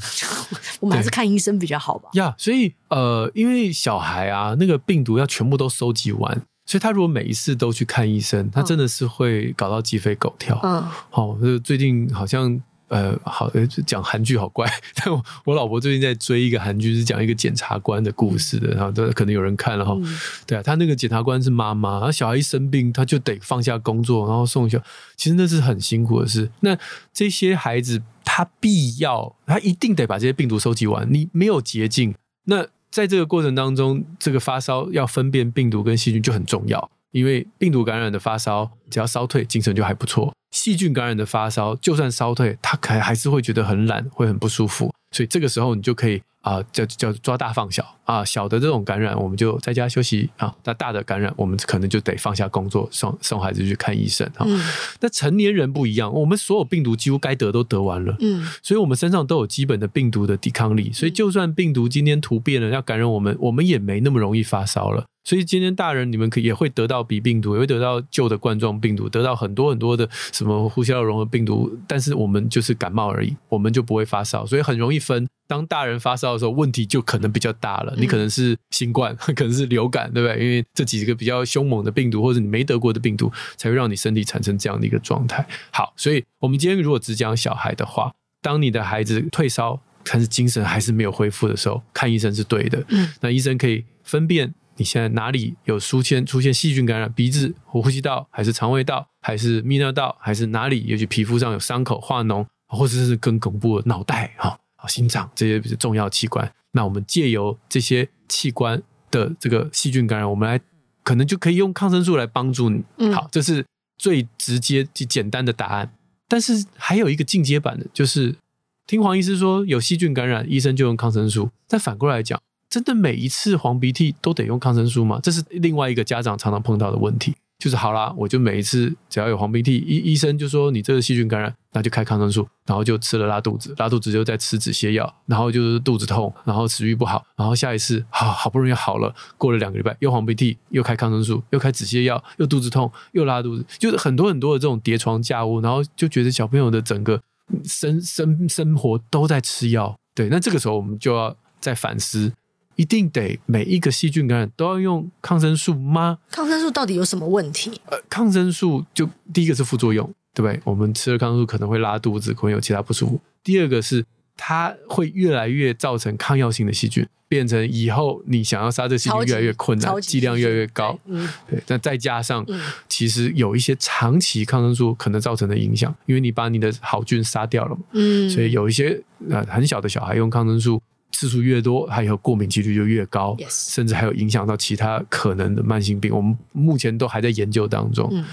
[SPEAKER 1] 我们还
[SPEAKER 2] 对
[SPEAKER 1] 是看医生比较好吧。
[SPEAKER 2] 呀，所以呃，因为小孩啊，那个病毒要全部都收集完。所以他如果每一次都去看医生，他
[SPEAKER 1] 嗯
[SPEAKER 2] 真的是会搞到鸡飞狗跳。
[SPEAKER 1] 嗯，
[SPEAKER 2] 好、就最近好像呃，好呃就讲韩剧好怪，但我我老婆最近在追一个韩剧，是讲一个检察官的故事的，然后都可能有人看了哈。
[SPEAKER 1] 嗯
[SPEAKER 2] 对啊，他那个检察官是妈妈，然后小孩一生病，他就得放下工作，然后送小，其实那是很辛苦的事。那这些孩子，他必要，他一定得把这些病毒收集完，你没有捷径。那在这个过程当中，这个发烧要分辨病毒跟细菌就很重要，因为病毒感染的发烧，只要烧退，精神就还不错；细菌感染的发烧，就算烧退，他可还是会觉得很懒，会很不舒服。所以这个时候你就可以啊，叫叫抓大放小啊，小的这种感染我们就在家休息啊，那大的感染我们可能就得放下工作，送送孩子去看医生啊。
[SPEAKER 1] 嗯
[SPEAKER 2] 那成年人不一样，我们所有病毒几乎该得都得完了。
[SPEAKER 1] 嗯
[SPEAKER 2] 所以我们身上都有基本的病毒的抵抗力，所以就算病毒今天突变了要感染我们，我们也没那么容易发烧了。所以今天大人你们可也会得到鼻病毒，也会得到旧的冠状病毒，得到很多很多的什么呼吸道融合病毒，但是我们就是感冒而已，我们就不会发烧，所以很容易分。当大人发烧的时候，问题就可能比较大了。
[SPEAKER 1] 嗯
[SPEAKER 2] 你可能是新冠， 可能是流感，对不对？因为这几个比较凶猛的病毒，或者你没得过的病毒，才会让你身体产生这样的一个状态。好，所以我们今天如果只讲小孩的话，当你的孩子退烧，但是精神还是没有恢复的时候，看医生是对的。
[SPEAKER 1] 嗯
[SPEAKER 2] 那医生可以分辨你现在哪里有出现出现细菌感染，鼻子、呼吸道还是肠胃道，还是泌尿道，还是哪里？也许皮肤上有伤口、化脓，或者是更恐怖的脑袋哈、啊心脏这些重要器官。那我们借由这些器官的这个细菌感染，我们来可能就可以用抗生素来帮助你。
[SPEAKER 1] 嗯
[SPEAKER 2] 好，这是最直接、最简单的答案。但是还有一个进阶版的，就是听黄医师说有细菌感染，医生就用抗生素。但反过来讲，真的每一次黄鼻涕都得用抗生素吗？这是另外一个家长常常碰到的问题。就是好啦，我就每一次只要有黄鼻涕，医医生就说你这个细菌感染，那就开抗生素，然后就吃了拉肚子，拉肚子就再吃止泻药，然后就是肚子痛，然后食欲不好，然后下一次好好不容易好了，过了两个礼拜又黄鼻涕，又开抗生素，又开止泻药，又肚子痛，又拉肚子，就是很多很多的这种叠床架屋，然后就觉得小朋友的整个嗯生生生活都在吃药。对，那这个时候我们就要再反思，一定得每一个细菌感染都要用抗生素吗？
[SPEAKER 1] 抗生素到底有什么问题？
[SPEAKER 2] 呃，抗生素就第一个是副作用，对不对？我们吃了抗生素可能会拉肚子，可能有其他不舒服。第二个是它会越来越造成抗药性的细菌，变成以后你想要杀这细菌
[SPEAKER 1] 超级
[SPEAKER 2] 越来越困
[SPEAKER 1] 超
[SPEAKER 2] 难，
[SPEAKER 1] 级
[SPEAKER 2] 剂量越来越高。
[SPEAKER 1] 嗯
[SPEAKER 2] 对，那再加上
[SPEAKER 1] 嗯
[SPEAKER 2] 其实有一些长期抗生素可能造成的影响，因为你把你的好菌杀掉了嘛，
[SPEAKER 1] 嗯，
[SPEAKER 2] 所以有一些呃很小的小孩用抗生素次数越多，还有过敏几率就越高
[SPEAKER 1] Yes
[SPEAKER 2] 甚至还有影响到其他可能的慢性病。我们目前都还在研究当中。
[SPEAKER 1] 嗯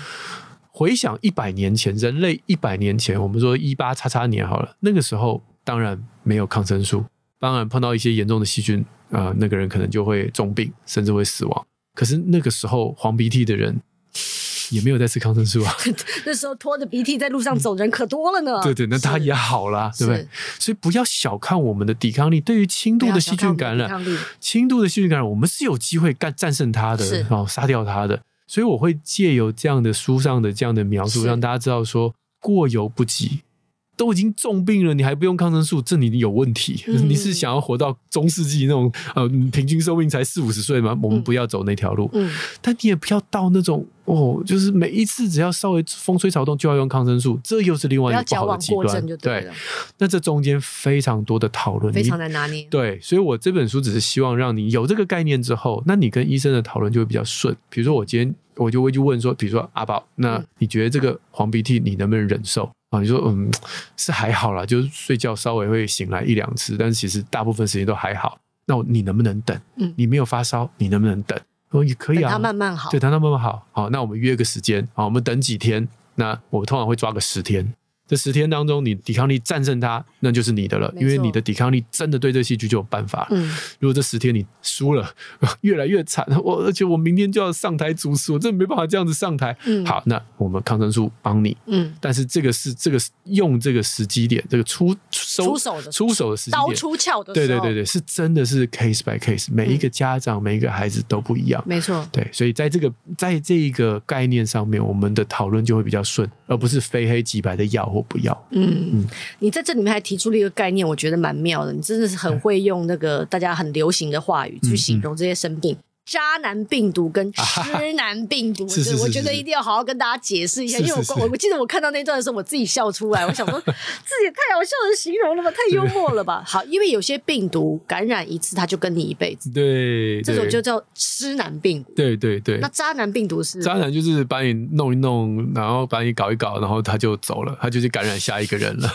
[SPEAKER 2] 回想一百年前，人类一百年前，我们说一八叉叉年好了，那个时候当然没有抗生素，当然碰到一些严重的细菌啊、呃那个人可能就会重病，甚至会死亡。可是那个时候黄鼻涕的人也没有在吃抗生素啊，
[SPEAKER 1] 那时候拖着鼻涕在路上走的人可多了呢。
[SPEAKER 2] 对对，那他
[SPEAKER 1] 是
[SPEAKER 2] 也好啦，对不对
[SPEAKER 1] 是？
[SPEAKER 2] 所以不要小看我们的抵抗力，对于轻度的细菌感
[SPEAKER 1] 不要小看我
[SPEAKER 2] 染
[SPEAKER 1] 们的抵抗力，
[SPEAKER 2] 轻度的细菌感染，我们是有机会干战胜它的
[SPEAKER 1] 是，
[SPEAKER 2] 哦，杀掉它的。所以我会借由这样的书上的这样的描述，
[SPEAKER 1] 是
[SPEAKER 2] 让大家知道说过犹不及。都已经重病了，你还不用抗生素，这你有问题。
[SPEAKER 1] 嗯
[SPEAKER 2] 你是想要活到中世纪那种呃平均寿命才四五十岁吗？我们
[SPEAKER 1] 嗯
[SPEAKER 2] 不要走那条路。
[SPEAKER 1] 嗯
[SPEAKER 2] 但你也不要到那种哦，就是每一次只要稍微风吹草动就要用抗生素，这又是另
[SPEAKER 1] 不
[SPEAKER 2] 外一
[SPEAKER 1] 要
[SPEAKER 2] 个不
[SPEAKER 1] 矫
[SPEAKER 2] 好的
[SPEAKER 1] 枉
[SPEAKER 2] 极
[SPEAKER 1] 过
[SPEAKER 2] 端。
[SPEAKER 1] 正就对了，
[SPEAKER 2] 那这中间非常多的讨论，
[SPEAKER 1] 非常
[SPEAKER 2] 你
[SPEAKER 1] 难拿捏。
[SPEAKER 2] 对，所以我这本书只是希望让你有这个概念之后，那你跟医生的讨论就会比较顺。比如说我今天我就会去问说，比如说阿宝，那
[SPEAKER 1] 嗯
[SPEAKER 2] 你觉得这个黄鼻涕你能不能忍受？啊，你说嗯是还好啦，就是睡觉稍微会醒来一两次，但是其实大部分时间都还好。那我你能不能等？
[SPEAKER 1] 嗯
[SPEAKER 2] 你没有发烧，你能不能等？我说也可以
[SPEAKER 1] 等
[SPEAKER 2] 啊，
[SPEAKER 1] 它慢慢好
[SPEAKER 2] 对，。谈到慢慢好，好，那我们约个时间，好，我们等几天，那我通常会抓个十天。这十天当中，你抵抗力战胜它，那就是你的了，
[SPEAKER 1] 没错
[SPEAKER 2] 因为你的抵抗力真的对这戏剧就有办法了。
[SPEAKER 1] 嗯，
[SPEAKER 2] 如果这十天你输了， 越来越惨，我而且我明天就要上台主持，我真的没办法这样子上台。
[SPEAKER 1] 嗯
[SPEAKER 2] 好，那我们抗生素帮你，
[SPEAKER 1] 嗯，
[SPEAKER 2] 但是这个是这个是用这个时机点，这个出收
[SPEAKER 1] 出手的
[SPEAKER 2] 出手的时机
[SPEAKER 1] 刀
[SPEAKER 2] 点，
[SPEAKER 1] 出鞘的时
[SPEAKER 2] 对
[SPEAKER 1] 候，
[SPEAKER 2] 对对
[SPEAKER 1] 对，
[SPEAKER 2] 对，是真的是 case by case，每一个家长、每一个孩子都不一样。
[SPEAKER 1] 没错。
[SPEAKER 2] 对，所以在这个在这一个概念上面，我们的讨论就会比较顺，而不是非黑即白的要或不要。
[SPEAKER 1] 嗯，你在这里面还提出了一个概念，我觉得蛮妙的。你真的是
[SPEAKER 2] 嗯
[SPEAKER 1] 很会用那个大家很流行的话语去形容这些生病。渣男病毒跟痴男病毒，
[SPEAKER 2] 啊是是是
[SPEAKER 1] 我
[SPEAKER 2] 是
[SPEAKER 1] 觉得一定要好好跟大家解释一下，
[SPEAKER 2] 是
[SPEAKER 1] 因为我
[SPEAKER 2] 是
[SPEAKER 1] 我
[SPEAKER 2] 是
[SPEAKER 1] 我记得我看到那段的时候，我自己笑出来，我想 说这也太好笑的形容了吧，太幽默了吧。好，因为有些病毒感染一次，它就跟你一辈子，
[SPEAKER 2] 对，
[SPEAKER 1] 这种
[SPEAKER 2] 对
[SPEAKER 1] 就叫痴男病毒。
[SPEAKER 2] 对对对
[SPEAKER 1] 那。渣男病毒是
[SPEAKER 2] 渣男就是把你弄一弄，然后把你搞一搞，然后他就走了，他就去感染下一个人了。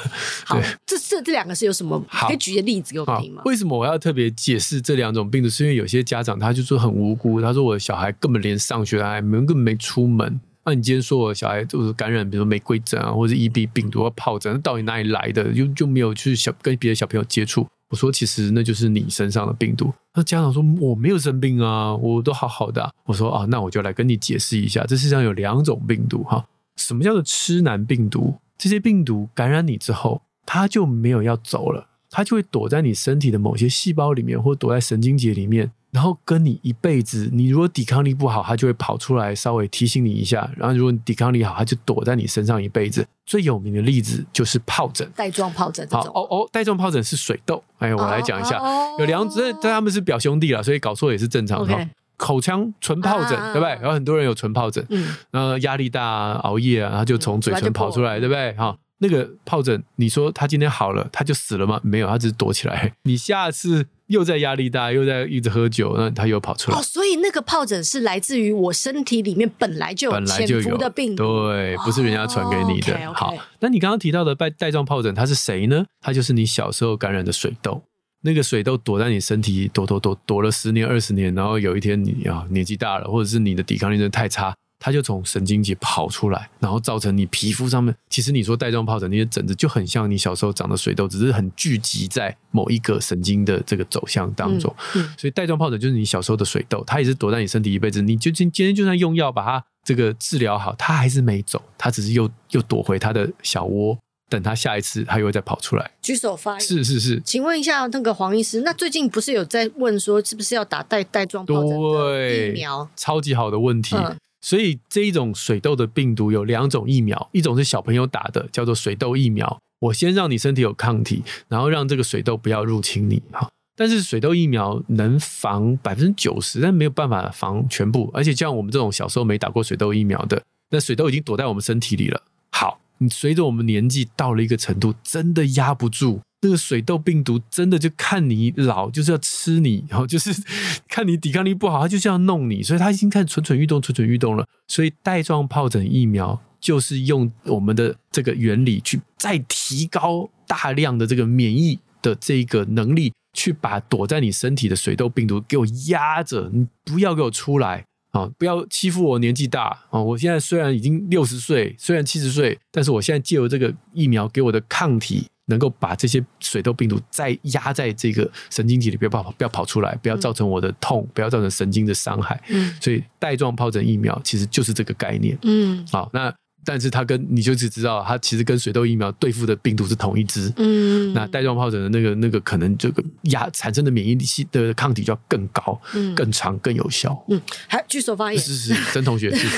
[SPEAKER 1] 好，这这这两个是有什么？
[SPEAKER 2] 好
[SPEAKER 1] 可以举个例子给我们
[SPEAKER 2] 啊
[SPEAKER 1] 听吗？
[SPEAKER 2] 为什么我要特别解释这两种病毒？是因为有些家长他就说很无辜，他说我的小孩根本连上学还没根本没出门。那、你今天说我小孩就是感染，比如说玫瑰疹啊，或者 EB 病毒或疱疹，那到底哪里来的？就就没有去小跟别的小朋友接触。我说其实那就是你身上的病毒。那家长说我没有生病啊，我都好好的啊、我说啊，那我就来跟你解释一下，这世上有两种病毒哈，什么叫做痴男病毒？这些病毒感染你之后，它就没有要走了，它就会躲在你身体的某些细胞里面，或躲在神经节里面，然后跟你一辈子。你如果抵抗力不好，它就会跑出来稍微提醒你一下；然后如果你抵抗力好，它就躲在你身上一辈子。最有名的例子就是疱疹。
[SPEAKER 1] 带状疱疹这
[SPEAKER 2] 好
[SPEAKER 1] 种。
[SPEAKER 2] 哦哦，带状疱疹是水痘。哎，我来讲一下，
[SPEAKER 1] 哦
[SPEAKER 2] 有两，这但他们是表兄弟啦，所以搞错也是正常的。
[SPEAKER 1] OK
[SPEAKER 2] 口腔唇疱疹，
[SPEAKER 1] 啊
[SPEAKER 2] 对不对？有很多人有唇疱疹，
[SPEAKER 1] 嗯，
[SPEAKER 2] 那压力大、啊、熬夜啊，然后就从嘴唇跑出来，
[SPEAKER 1] 嗯
[SPEAKER 2] 对不对？哈、那个疱疹，你说他今天好了，他就死了吗？没有，他只是躲 起来。你下次又在压力大，又在一直喝酒，那他又跑出来，
[SPEAKER 1] 哦，所以那个疱疹是来自于我身体里面本来就
[SPEAKER 2] 本
[SPEAKER 1] 有
[SPEAKER 2] 来就
[SPEAKER 1] 潜
[SPEAKER 2] 有
[SPEAKER 1] 伏的病毒。
[SPEAKER 2] 对，不是人家传给你的。
[SPEAKER 1] 哦，OK，OK
[SPEAKER 2] 好，那你刚刚提到的带带状疱疹，它是谁呢？它就是你小时候感染的水痘。那个水痘躲在你身体躲躲躲躲了十年二十年，然后有一天你啊年纪大了，或者是你的抵抗力真的太差，它就从神经节跑出来，然后造成你皮肤上面。其实你说带状疱疹那些疹子就很像你小时候长的水痘，只是很聚集在某一个神经的这个走向当中。
[SPEAKER 1] 嗯嗯
[SPEAKER 2] 所以带状疱疹就是你小时候的水痘，它也是躲在你身体一辈子。你就今今天就算用药把它这个治疗好，它还是没走，它只是又又躲回它的小窝，等它下一次它又会再跑出来。
[SPEAKER 1] 举手发言。
[SPEAKER 2] 是是是，
[SPEAKER 1] 请问一下那个黄医师，那最近不是有在问说是不是要打带带状疱疹的
[SPEAKER 2] 对，
[SPEAKER 1] 疫苗？
[SPEAKER 2] 超级好的问题。
[SPEAKER 1] 嗯
[SPEAKER 2] 所以这一种水痘的病毒有两种疫苗，一种是小朋友打的，叫做水痘疫苗。我先让你身体有抗体，然后让这个水痘不要入侵你哈。但是水痘疫苗能防百分之九十，但没有办法防全部。而且像我们这种小时候没打过水痘疫苗的，那水痘已经躲在我们身体里了。好，你随着我们年纪到了一个程度，真的压不住那个水痘病毒，真的就看你老，就是要吃你，然后就是 看你抵抗力不好，它就是要弄你，所以它已经看蠢蠢欲动，蠢蠢欲动了。所以带状疱疹疫苗就是用我们的这个原理去再提高大量的这个免疫的这个能力，去把躲在你身体的水痘病毒给我压着，你不要给我出来。啊，不要欺负我年纪大啊！哦我现在虽然已经六十岁，虽然七十岁，但是我现在借由这个疫苗给我的抗体，能够把这些水痘病毒再压在这个神经体里，不要跑，不要跑出来，不要造成我的痛，不要造成神经的伤害。
[SPEAKER 1] 嗯
[SPEAKER 2] 所以带状疱疹疫苗其实就是这个概念。
[SPEAKER 1] 嗯
[SPEAKER 2] 好，那但是它跟你就只知道它其实跟水痘疫苗对付的病毒是同一支。
[SPEAKER 1] 嗯，
[SPEAKER 2] 那带状疱疹的那个那个可能这个压产生的免疫力系的抗体就要更高、
[SPEAKER 1] 嗯
[SPEAKER 2] 更长、更有效。
[SPEAKER 1] 嗯，还举手发言。
[SPEAKER 2] 是是是，曾同 学是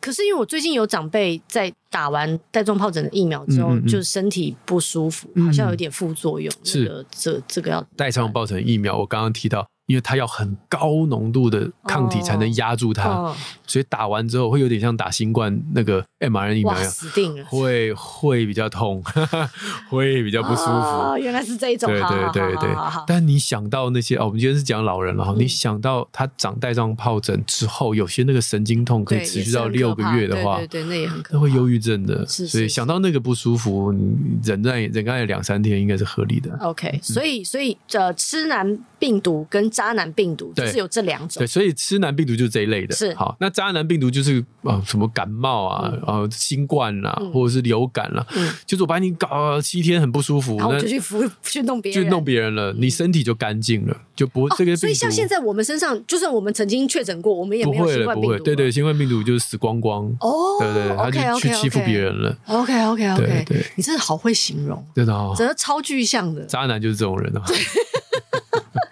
[SPEAKER 1] 可是因为我最近有长辈在打完带状疱疹的疫苗之后，
[SPEAKER 2] 嗯嗯嗯
[SPEAKER 1] 就身体不舒服，
[SPEAKER 2] 嗯
[SPEAKER 1] 好像有点副作用。
[SPEAKER 2] 是
[SPEAKER 1] 那个这这个要
[SPEAKER 2] 带状疱疹疫苗，我刚刚提到，因为它要很高浓度的抗体才能压住它，
[SPEAKER 1] 哦，
[SPEAKER 2] 所以打完之后会有点像打新冠那个 mRNA 疫苗
[SPEAKER 1] 哇，
[SPEAKER 2] 一样，
[SPEAKER 1] 死定了，
[SPEAKER 2] 会会比较痛， 会比较不舒服。
[SPEAKER 1] 哦，原来是这一种，
[SPEAKER 2] 对
[SPEAKER 1] 好
[SPEAKER 2] 对
[SPEAKER 1] 好
[SPEAKER 2] 对
[SPEAKER 1] 好
[SPEAKER 2] 对
[SPEAKER 1] 好好嗯好，
[SPEAKER 2] 但你想到那些哦，我们今天是讲老人了哈，你想到他长带状疱疹之后，有些那个神经痛可以
[SPEAKER 1] 对
[SPEAKER 2] 持
[SPEAKER 1] 也
[SPEAKER 2] 续
[SPEAKER 1] 是
[SPEAKER 2] 到
[SPEAKER 1] 很可
[SPEAKER 2] 六个
[SPEAKER 1] 怕
[SPEAKER 2] 月的话，
[SPEAKER 1] 对对对，那也很可
[SPEAKER 2] 那
[SPEAKER 1] 怕，
[SPEAKER 2] 会忧郁症的。
[SPEAKER 1] 是
[SPEAKER 2] 所
[SPEAKER 1] 是
[SPEAKER 2] 以想到那个不舒服，你忍耐忍耐两三天应该是合理的。
[SPEAKER 1] OK，所以所以呃，痴男病毒跟渣男病毒就
[SPEAKER 2] 对
[SPEAKER 1] 是有这两种
[SPEAKER 2] 对，。所以痴男病毒就是这一类的。
[SPEAKER 1] 是
[SPEAKER 2] 好，那渣男病毒就是啊、呃什么感冒啊，
[SPEAKER 1] 嗯
[SPEAKER 2] 然后、新冠啦、
[SPEAKER 1] 嗯
[SPEAKER 2] 或者是流感啦、
[SPEAKER 1] 嗯
[SPEAKER 2] 就是我把你搞了七天很不舒服，
[SPEAKER 1] 然后
[SPEAKER 2] 那
[SPEAKER 1] 就去服去弄别
[SPEAKER 2] 就
[SPEAKER 1] 人，嗯
[SPEAKER 2] 弄别人了，你身体就干净了，就不会、这个病毒。
[SPEAKER 1] 哦所以像现在我们身上，就算我们曾经确诊过，我们也
[SPEAKER 2] 不
[SPEAKER 1] 没有
[SPEAKER 2] 会
[SPEAKER 1] 新
[SPEAKER 2] 了，
[SPEAKER 1] 冠
[SPEAKER 2] 不
[SPEAKER 1] 病毒
[SPEAKER 2] 会，
[SPEAKER 1] 了。
[SPEAKER 2] 对对，新冠病毒就是死光光，
[SPEAKER 1] 哦，
[SPEAKER 2] 对对，他就去欺负别。人了，
[SPEAKER 1] OK OK
[SPEAKER 2] 对
[SPEAKER 1] OK，
[SPEAKER 2] 对，
[SPEAKER 1] 你真的好会形容，
[SPEAKER 2] 真的哦，
[SPEAKER 1] 真的超具象的。
[SPEAKER 2] 渣男就是这种人啊，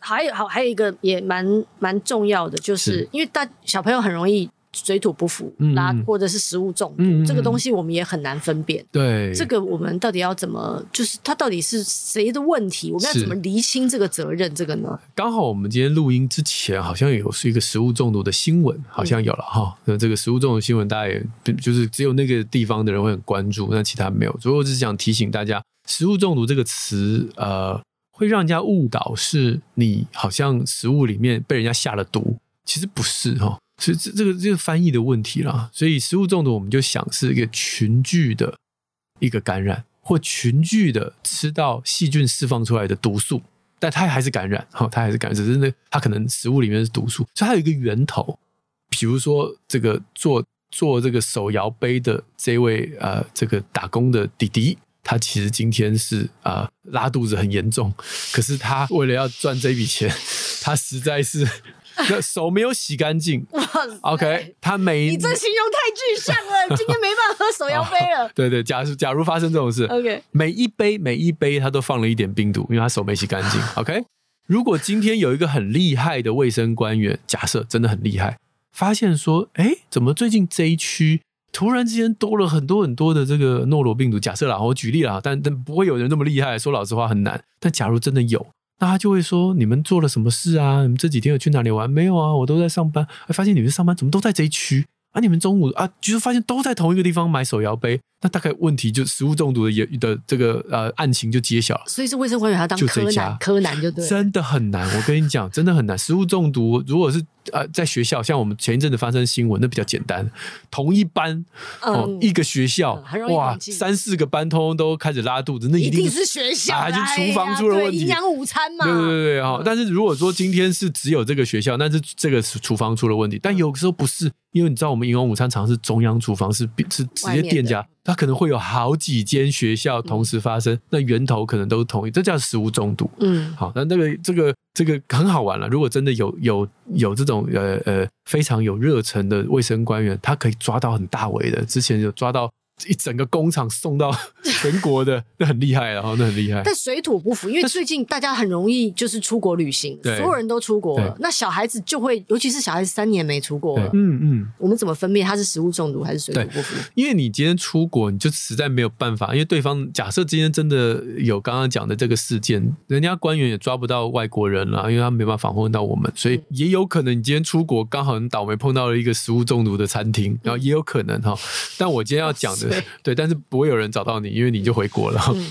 [SPEAKER 1] 还有好还有一个也蛮蛮重要的，就是
[SPEAKER 2] 是
[SPEAKER 1] 因为大小朋友很容易水土不服
[SPEAKER 2] 嗯
[SPEAKER 1] 啦
[SPEAKER 2] 嗯，
[SPEAKER 1] 或者是食物中
[SPEAKER 2] 嗯嗯
[SPEAKER 1] 毒，这个
[SPEAKER 2] 嗯
[SPEAKER 1] 东西我们也很难分辨。
[SPEAKER 2] 对，
[SPEAKER 1] 这个我们到底要怎么？就是它到底是谁的问题？我们要
[SPEAKER 2] 是
[SPEAKER 1] 怎么厘清这个责任？这个 呢？
[SPEAKER 2] 刚好我们今天录音之前，好像有是一个食物中毒的新闻，好像有了哈。那、这个食物中毒的新闻，大家也就是只有那个地方的人会很关注，那其他没有。所以我只是想提醒大家，食物中毒这个词，呃，会让人家误导是你好像食物里面被人家下了毒，其实不是哈、所以这这个这个翻译的问题啦。所以食物中毒，我们就想是一个群聚的一个感染，或群聚的吃到细菌释放出来的毒素。但它还是感染， 哈、它还是感染，只是那它可能食物里面是毒素，所以它有一个源头。比如说，这个做做这个手摇杯的这位呃，这个打工的弟弟，他其实今天是啊、呃拉肚子很严重，可是他为了要赚这笔钱， 他实在是 那手没有洗干净。OK，他每
[SPEAKER 1] 你这形容太具象 了，今天没办法喝手摇杯了。
[SPEAKER 2] 对对，假如假如发生这种事
[SPEAKER 1] OK，
[SPEAKER 2] 每一杯每一杯他都放了一点病毒，因为他手没洗干净。OK，如果今天有一个很厉害的卫生官员，假设真的很厉害，发现说，哎，怎么最近这一区突然之间多了很多很多的这个诺罗病毒？假设啦，我举例啦，但但不会有人那么厉害，说老实话很难。但假如真的有。那他就会说：“你们做了什么事啊？你们这几天有去哪里玩？没有啊，我都在上班。哎，发现你们上班怎么都在这一区？啊，你们中午啊，就是发现都在同一个地方买手摇杯，那大概问题就食物中毒的也的这个呃案情就揭晓了。
[SPEAKER 1] 所以是卫生官员还要当
[SPEAKER 2] 就
[SPEAKER 1] 柯
[SPEAKER 2] 这家
[SPEAKER 1] 南，柯南就对 了。
[SPEAKER 2] 真的很难，我跟你讲，真的很难。食物中毒如果是呃在学校，像我们前一阵子发生新闻，那比较简单，同一班哦、
[SPEAKER 1] 嗯
[SPEAKER 2] 一个学校
[SPEAKER 1] 嗯很容易
[SPEAKER 2] 哇
[SPEAKER 1] 统计
[SPEAKER 2] 三四个班通通都开始拉肚子，那
[SPEAKER 1] 一
[SPEAKER 2] 定
[SPEAKER 1] 定是学校来
[SPEAKER 2] 啊
[SPEAKER 1] 呀、
[SPEAKER 2] 就是厨房出了
[SPEAKER 1] 对
[SPEAKER 2] 问题
[SPEAKER 1] 营养午餐嘛。
[SPEAKER 2] 对对对对哈
[SPEAKER 1] 嗯，
[SPEAKER 2] 但是如果说今天是只有这个学校，那是这个厨房出了问
[SPEAKER 1] 嗯
[SPEAKER 2] 题。但有时候不是，因为你知道我们银王午餐常是中央厨房，是是职
[SPEAKER 1] 外
[SPEAKER 2] 业
[SPEAKER 1] 面的
[SPEAKER 2] 店家，他可能会有好几间学校同时发生，那源头可能都是同一，这叫食物中毒。
[SPEAKER 1] 嗯，
[SPEAKER 2] 好，那那个这个这个很好玩了。如果真的有有有这种呃呃非常有热忱的卫生官员，他可以抓到很大尾的。之前有抓到一整个工厂送到全国的，那很厉害了哦哈，那很厉害。
[SPEAKER 1] 但水土不服，因为最近大家很容易就是出国旅行，
[SPEAKER 2] 对
[SPEAKER 1] 所有人都出国了
[SPEAKER 2] 对，
[SPEAKER 1] 那小孩子就会，尤其是小孩子三年没出国
[SPEAKER 2] 对
[SPEAKER 1] 了，，
[SPEAKER 2] 嗯嗯。
[SPEAKER 1] 我们怎么分辨他是食物中毒还是水土不服？
[SPEAKER 2] 因为你今天出国，你就实在没有办法，因为对方假设今天真的有刚刚讲的这个事件，人家官员也抓不到外国人了，因为他没办法访问到我们，所以也有可能你今天出国刚好很倒霉碰到了一个食物中毒的餐厅，然后也有可能哈。但我今天要讲
[SPEAKER 1] 哇
[SPEAKER 2] 的
[SPEAKER 1] 塞，
[SPEAKER 2] 对，但是不会有人找到你，因为你就回国了。
[SPEAKER 1] 嗯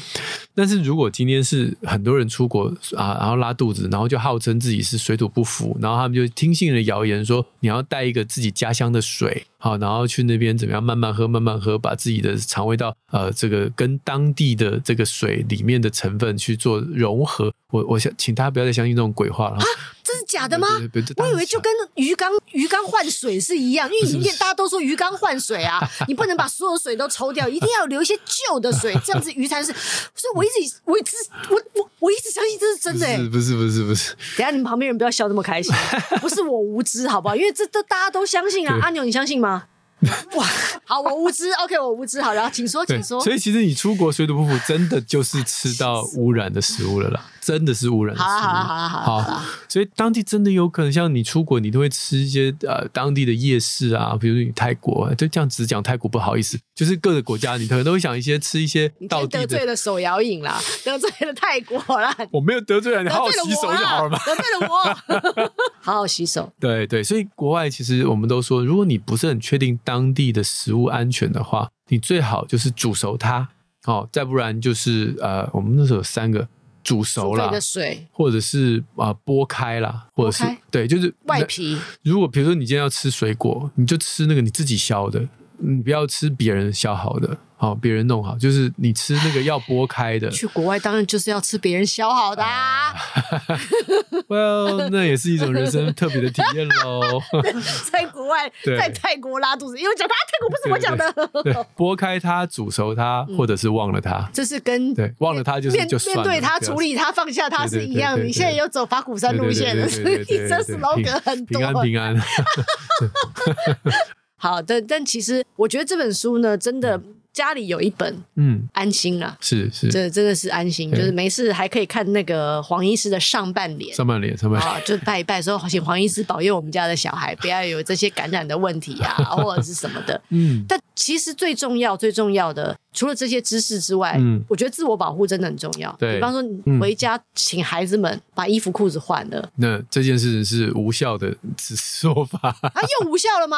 [SPEAKER 2] 但是如果今天是很多人出国啊，然后拉肚子，然后就号称自己是水土不服，然后他们就听信了谣言说你要带一个自己家乡的水，好，然后去那边怎么样慢慢喝，慢慢喝，把自己的肠胃道呃这个跟当地的这个水里面的成分去做融合。我我想请大家不要再相信这种鬼话了。
[SPEAKER 1] 这是假啊的吗？
[SPEAKER 2] 对对对
[SPEAKER 1] 我以为
[SPEAKER 2] 当时
[SPEAKER 1] 就跟鱼缸鱼缸换水是一样，因为以前大家都说鱼缸换水啊，你不能把所有水都抽掉，一定要留一些旧的水，这样子鱼才是。所以我一直以我一直我我我一直相信这是真的、欸。
[SPEAKER 2] 不是不是不是不是，
[SPEAKER 1] 等一下你们旁边人不要笑那么开 心，不是我无知好不好？因为这都大家都相信啊。
[SPEAKER 2] 对
[SPEAKER 1] 阿牛，你相信 吗？哇，好，我无知，OK，我无知，好，然后请说，
[SPEAKER 2] 对，
[SPEAKER 1] 请说
[SPEAKER 2] 所。以其实你出国水土不服，真的就是吃到污染的食物了啦，真的是污染的食
[SPEAKER 1] 好
[SPEAKER 2] 物。
[SPEAKER 1] 啦好啦啊好啦好啦好
[SPEAKER 2] 好，所以当地真的有可能像你出国，你都会吃一些呃当地的夜市啊，比如说你泰国啊，就这样只讲泰国不好意思，就是各个国家你可能都会想一些吃一些
[SPEAKER 1] 你今
[SPEAKER 2] 道
[SPEAKER 1] 天得
[SPEAKER 2] 地的
[SPEAKER 1] 罪。了手摇饮啦，得罪了泰国啦，
[SPEAKER 2] 我没有得罪人，你
[SPEAKER 1] 得
[SPEAKER 2] 好好
[SPEAKER 1] 罪了
[SPEAKER 2] 洗手
[SPEAKER 1] 我
[SPEAKER 2] 就好
[SPEAKER 1] 啦
[SPEAKER 2] 了嘛。，
[SPEAKER 1] 得罪了我， 好好洗手。
[SPEAKER 2] 对对，所以国外其实我们都说，如果你不是很确定当地的食物安全的话，你最好就是煮熟它哦，再不然就是呃，我们那时候有三个煮熟
[SPEAKER 1] 煮沸
[SPEAKER 2] 了
[SPEAKER 1] 的，水
[SPEAKER 2] 或者是啊、呃剥开啦，或者是
[SPEAKER 1] 剥开
[SPEAKER 2] 对，就是
[SPEAKER 1] 外皮，
[SPEAKER 2] 如果比如说你今天要吃水果，你就吃那个你自己削的，你不要吃别人削好的，好、别人弄好，就是你吃那个要剥
[SPEAKER 1] 。
[SPEAKER 2] 开的
[SPEAKER 1] 去国外当然就是要吃别人削好的啊，
[SPEAKER 2] well，那也是一种人生特别的体验 喽。
[SPEAKER 1] 在国外
[SPEAKER 2] 呃对
[SPEAKER 1] 在泰国拉肚子，因为讲他啊泰国不是我讲
[SPEAKER 2] 对
[SPEAKER 1] 的，，
[SPEAKER 2] 剥开它、煮熟它，或者是忘了它。
[SPEAKER 1] 这是跟
[SPEAKER 2] 对，忘了它就是
[SPEAKER 1] 嗯面
[SPEAKER 2] 就算
[SPEAKER 1] 面
[SPEAKER 2] 了
[SPEAKER 1] 对他
[SPEAKER 2] 不要
[SPEAKER 1] 处理他放下他是一样，
[SPEAKER 2] 对对对对对
[SPEAKER 1] 你现在又走法鼓山路线了，
[SPEAKER 2] 对
[SPEAKER 1] 所
[SPEAKER 2] 对
[SPEAKER 1] 以
[SPEAKER 2] 对对对
[SPEAKER 1] 你这
[SPEAKER 2] 对对
[SPEAKER 1] slogan 很
[SPEAKER 2] 平安
[SPEAKER 1] 多。
[SPEAKER 2] 平安。
[SPEAKER 1] 好的，但其实我觉得这本书呢，真的家里有一本
[SPEAKER 2] 嗯，
[SPEAKER 1] 安心啦。
[SPEAKER 2] 是是，
[SPEAKER 1] 这真的是安心，就
[SPEAKER 2] 对
[SPEAKER 1] 是没事还可以看那个黄医师的上半脸，
[SPEAKER 2] 上半脸上半脸。
[SPEAKER 1] 啊，就拜一拜说，请黄医师保佑我们家的小孩不要有这些感染的问题 啊，或者是什么的。
[SPEAKER 2] 嗯，
[SPEAKER 1] 但其实最重要、最重要的，除了这些知识之外，
[SPEAKER 2] 嗯
[SPEAKER 1] 我觉得自我保护真的很重要。
[SPEAKER 2] 对
[SPEAKER 1] 比方说你
[SPEAKER 2] 嗯
[SPEAKER 1] 回家请孩子们把衣服、裤子换 了，
[SPEAKER 2] 那这件事情是无效的只 说法。
[SPEAKER 1] 啊，又无效了吗？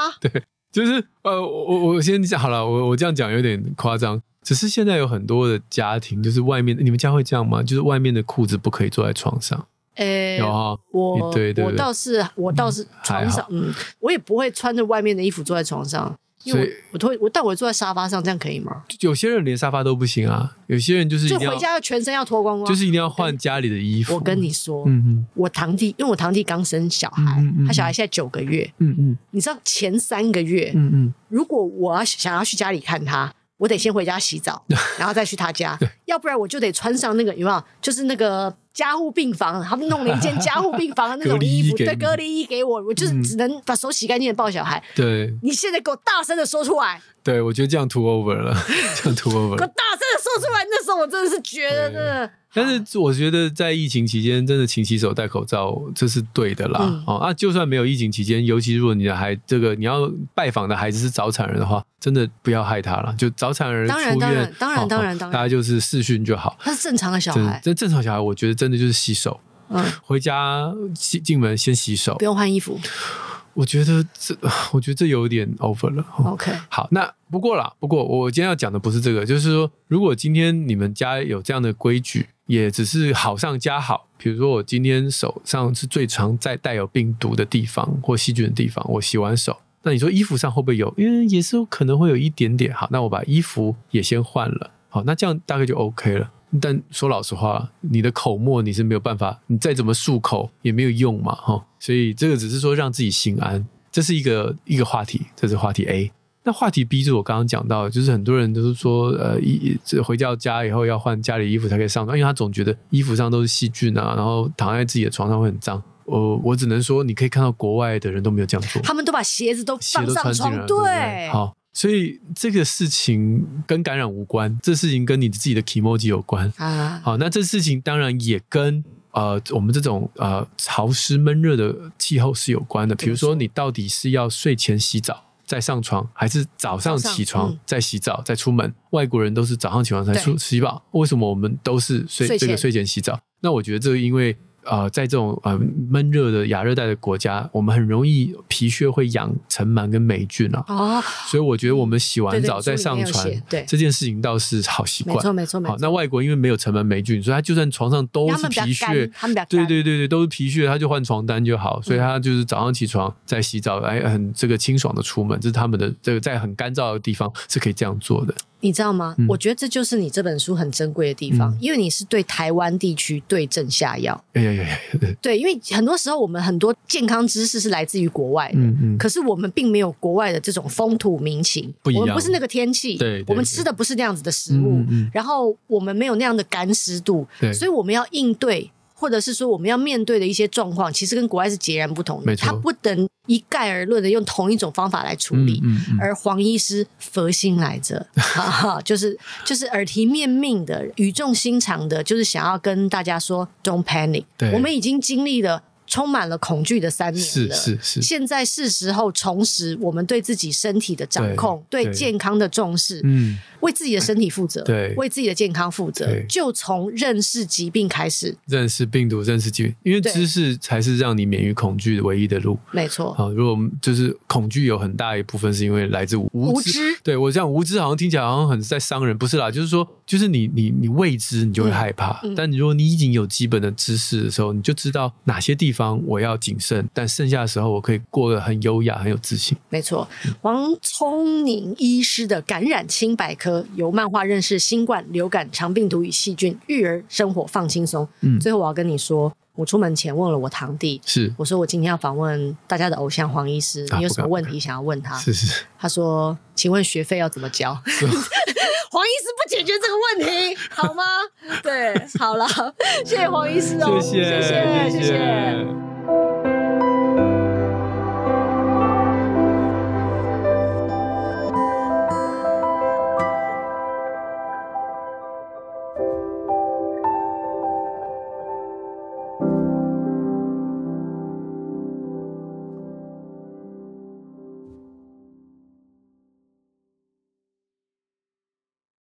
[SPEAKER 2] 就是呃，我我我先讲好了，我我这样讲有点夸张，只是现在有很多的家庭，就是外面你们家会这样吗？就是外面的裤子不可以坐在床上，
[SPEAKER 1] 呃，
[SPEAKER 2] 有啊、
[SPEAKER 1] 我
[SPEAKER 2] 对对
[SPEAKER 1] 我
[SPEAKER 2] 对
[SPEAKER 1] 倒是我倒是
[SPEAKER 2] 还
[SPEAKER 1] 床上
[SPEAKER 2] 好，
[SPEAKER 1] 嗯，我也不会穿着外面的衣服坐在床上，因为
[SPEAKER 2] 所以
[SPEAKER 1] 我我都会我，但我坐在沙发上，这样可以吗？
[SPEAKER 2] 有些人连沙发都不行啊，有些人就是一
[SPEAKER 1] 就
[SPEAKER 2] 定要
[SPEAKER 1] 回家要全身要脱光光。
[SPEAKER 2] 就是一定要换家里的衣服。
[SPEAKER 1] 我跟你说，
[SPEAKER 2] 嗯
[SPEAKER 1] 我堂弟，因为我堂弟刚生小孩，
[SPEAKER 2] 嗯嗯嗯
[SPEAKER 1] 他小孩现在九个月，
[SPEAKER 2] 嗯嗯
[SPEAKER 1] 你知道前三个月，
[SPEAKER 2] 嗯嗯
[SPEAKER 1] 如果我要想要去家里看他，我得先回家洗 澡，然后再去他家，要不然我就得穿上那个有没有？就是那个加护病房，他们弄了一件加护病房的那
[SPEAKER 2] 隔
[SPEAKER 1] 种
[SPEAKER 2] 离衣
[SPEAKER 1] 衣服，
[SPEAKER 2] 给
[SPEAKER 1] 对，
[SPEAKER 2] 你嗯
[SPEAKER 1] 隔离衣给我，我就是只能把手洗干净的抱小孩。
[SPEAKER 2] 对
[SPEAKER 1] 你现在给我大声的说出来，
[SPEAKER 2] 对，我觉得这样 too over 了， 这样 too
[SPEAKER 1] 给我
[SPEAKER 2] over。
[SPEAKER 1] 大声的说出来！那时候我真的是觉得，
[SPEAKER 2] 对
[SPEAKER 1] 真的
[SPEAKER 2] 但是我觉得在疫情期间，真的勤洗手、戴口罩，这是对的啦。
[SPEAKER 1] 嗯
[SPEAKER 2] 哦啊，就算没有疫情期间，尤其如果你的孩这个你要拜访的孩子是早产儿的话，真的不要害他了。就早产儿出
[SPEAKER 1] 当然
[SPEAKER 2] 院，
[SPEAKER 1] 当然当然
[SPEAKER 2] 哦
[SPEAKER 1] 当然
[SPEAKER 2] 哦
[SPEAKER 1] 当然
[SPEAKER 2] 大家就是视讯就好。
[SPEAKER 1] 他是正常的小
[SPEAKER 2] 真
[SPEAKER 1] 孩，
[SPEAKER 2] 真正常小孩，我觉得真的就是洗手，
[SPEAKER 1] 嗯，
[SPEAKER 2] 回家进进门先洗手
[SPEAKER 1] 不。用换衣服。
[SPEAKER 2] 我觉得这， 我觉得这有点 over 了。哦
[SPEAKER 1] OK，
[SPEAKER 2] 好，那不过啦，不过我今天要讲的不是这个，就是说，如果今天你们家有这样的规矩，也只是好上加好。比如说，我今天手上是最常在带有病毒的地方或细菌的地方，我洗完手，那你说衣服上会不会有？因为也是有可能会有一点点。好，那我把衣服也先换了。好，那这样大概就 OK 了。但说老实话，你的口沫你是没有办法，你再怎么漱口也没有用嘛，哈、所以这个只是说让自己心安，这是一个一个话题，这是话题 A。那话题 B 就是我刚刚讲到的，就是很多人都是说，呃，一这回到家以后要换家里衣服才可以上床，因为他总觉得衣服上都是细菌啊，然后躺在自己的床上会很脏。我我只能说，你可以看到国外的人都没有这样做，
[SPEAKER 1] 他们都把鞋子都
[SPEAKER 2] 鞋
[SPEAKER 1] 放
[SPEAKER 2] 都
[SPEAKER 1] 上
[SPEAKER 2] 穿进来
[SPEAKER 1] 床，
[SPEAKER 2] 了，对不对？好，所以这个事情跟感染无关，这事情跟你自己的 e m o j i 有关。
[SPEAKER 1] 啊，
[SPEAKER 2] 好，那这事情当然也跟呃我们这种呃潮湿闷热的气候是有关的。
[SPEAKER 1] 怎么
[SPEAKER 2] 比如说，
[SPEAKER 1] 说
[SPEAKER 2] 你到底是要睡前洗澡再上床，还是早
[SPEAKER 1] 早
[SPEAKER 2] 上
[SPEAKER 1] 上
[SPEAKER 2] 起床
[SPEAKER 1] 嗯
[SPEAKER 2] 再洗澡再出门？外国人都是早上起床才
[SPEAKER 1] 对
[SPEAKER 2] 出洗澡，为什么我们都是睡
[SPEAKER 1] 睡
[SPEAKER 2] 这个
[SPEAKER 1] 前
[SPEAKER 2] 睡前洗澡？那我觉得这个因为。呃，在这种呃闷热的亚热带的国家，我们很容易皮屑会养尘螨跟霉菌啊，
[SPEAKER 1] 哦，
[SPEAKER 2] 所以我觉得我们洗完
[SPEAKER 1] 对对
[SPEAKER 2] 澡再
[SPEAKER 1] 书里
[SPEAKER 2] 上
[SPEAKER 1] 面有
[SPEAKER 2] 船
[SPEAKER 1] 写，对
[SPEAKER 2] 这件事情倒是好习
[SPEAKER 1] 没
[SPEAKER 2] 惯。
[SPEAKER 1] 错没错没
[SPEAKER 2] 好，
[SPEAKER 1] 错，
[SPEAKER 2] 那外国因为没有尘螨霉菌，所以他就算床上都
[SPEAKER 1] 因为他
[SPEAKER 2] 是
[SPEAKER 1] 们比较
[SPEAKER 2] 皮
[SPEAKER 1] 干
[SPEAKER 2] 屑，，
[SPEAKER 1] 他们比较
[SPEAKER 2] 对
[SPEAKER 1] 干，嗯
[SPEAKER 2] 对对对，都是皮屑，他就换床单就好。所以他就是早上起床再洗澡，哎，很这个清爽的出门，这是他们的这个在很干燥的地方是可以这样做的。
[SPEAKER 1] 你知道吗？
[SPEAKER 2] 嗯
[SPEAKER 1] 我觉得这就是你这本书很珍贵的地方，
[SPEAKER 2] 嗯
[SPEAKER 1] 因为你是对台湾地区对症下药。
[SPEAKER 2] 哎呀呀呀，
[SPEAKER 1] 对，因为很多时候我们很多健康知识是来自于国外的。
[SPEAKER 2] 嗯嗯，
[SPEAKER 1] 可是我们并没有国外的这种风土民情，
[SPEAKER 2] 不一样
[SPEAKER 1] 我们不是那个天气，
[SPEAKER 2] 对对
[SPEAKER 1] 我们吃的不是那样子的食物，
[SPEAKER 2] 嗯嗯
[SPEAKER 1] 然后我们没有那样的干湿度，
[SPEAKER 2] 对
[SPEAKER 1] 所以我们要应对，或者是说我们要面对的一些状况，其实跟国外是截然不同的
[SPEAKER 2] 没，错
[SPEAKER 1] 它不能一概而论的用同一种方法来处
[SPEAKER 2] 嗯
[SPEAKER 1] 理。
[SPEAKER 2] 嗯嗯，
[SPEAKER 1] 而黄医师佛心来 着，哈哈，就是就是耳提面命的、语重心长的，就是想要跟大家说，Don't panic
[SPEAKER 2] 对。
[SPEAKER 1] 我们已经经历了充满了恐惧的三年
[SPEAKER 2] 是
[SPEAKER 1] 了。
[SPEAKER 2] 是是，
[SPEAKER 1] 现在是时候重拾我们对自己身体的掌控，
[SPEAKER 2] 对
[SPEAKER 1] 对
[SPEAKER 2] 对
[SPEAKER 1] 健康的重视，
[SPEAKER 2] 嗯，
[SPEAKER 1] 为自己的身体负责，
[SPEAKER 2] 对
[SPEAKER 1] 为自己的健康负责
[SPEAKER 2] 对，
[SPEAKER 1] 就从认识疾病开始，
[SPEAKER 2] 认识病毒，认识菌，因为
[SPEAKER 1] 对
[SPEAKER 2] 知识才是让你免于恐惧的唯一的路。
[SPEAKER 1] 没错，
[SPEAKER 2] 啊，如果我们就是恐惧有很大一部分是因为来自无
[SPEAKER 1] 无
[SPEAKER 2] 知。
[SPEAKER 1] 知，
[SPEAKER 2] 对我这样无知好像听起来好像很在伤人，不是啦，就是说，就是你你你未知你就会害怕，
[SPEAKER 1] 嗯嗯
[SPEAKER 2] 但如果你已经有基本的知识的时候，你就知道哪些地方我要谨慎，但剩下的时候我可以过得很优雅，很有自信。
[SPEAKER 1] 没错，王聪宁医师的《感染清百科》，由漫画认识新冠、流感、肠病毒与细菌，育儿生活放轻松。
[SPEAKER 2] 嗯
[SPEAKER 1] 最后我要跟你说，我出门前问了我堂弟，
[SPEAKER 2] 是
[SPEAKER 1] 我说我今天要访问大家的偶像黄医师，
[SPEAKER 2] 啊
[SPEAKER 1] 你有什么
[SPEAKER 2] 不
[SPEAKER 1] 问
[SPEAKER 2] 敢
[SPEAKER 1] 题想要问他？
[SPEAKER 2] 是是，
[SPEAKER 1] 他说：“请问学费要怎么交？”黄医 师不解决这个问题，好吗？对，好了，谢谢黄医师哦，
[SPEAKER 2] 谢
[SPEAKER 1] 谢谢。谢谢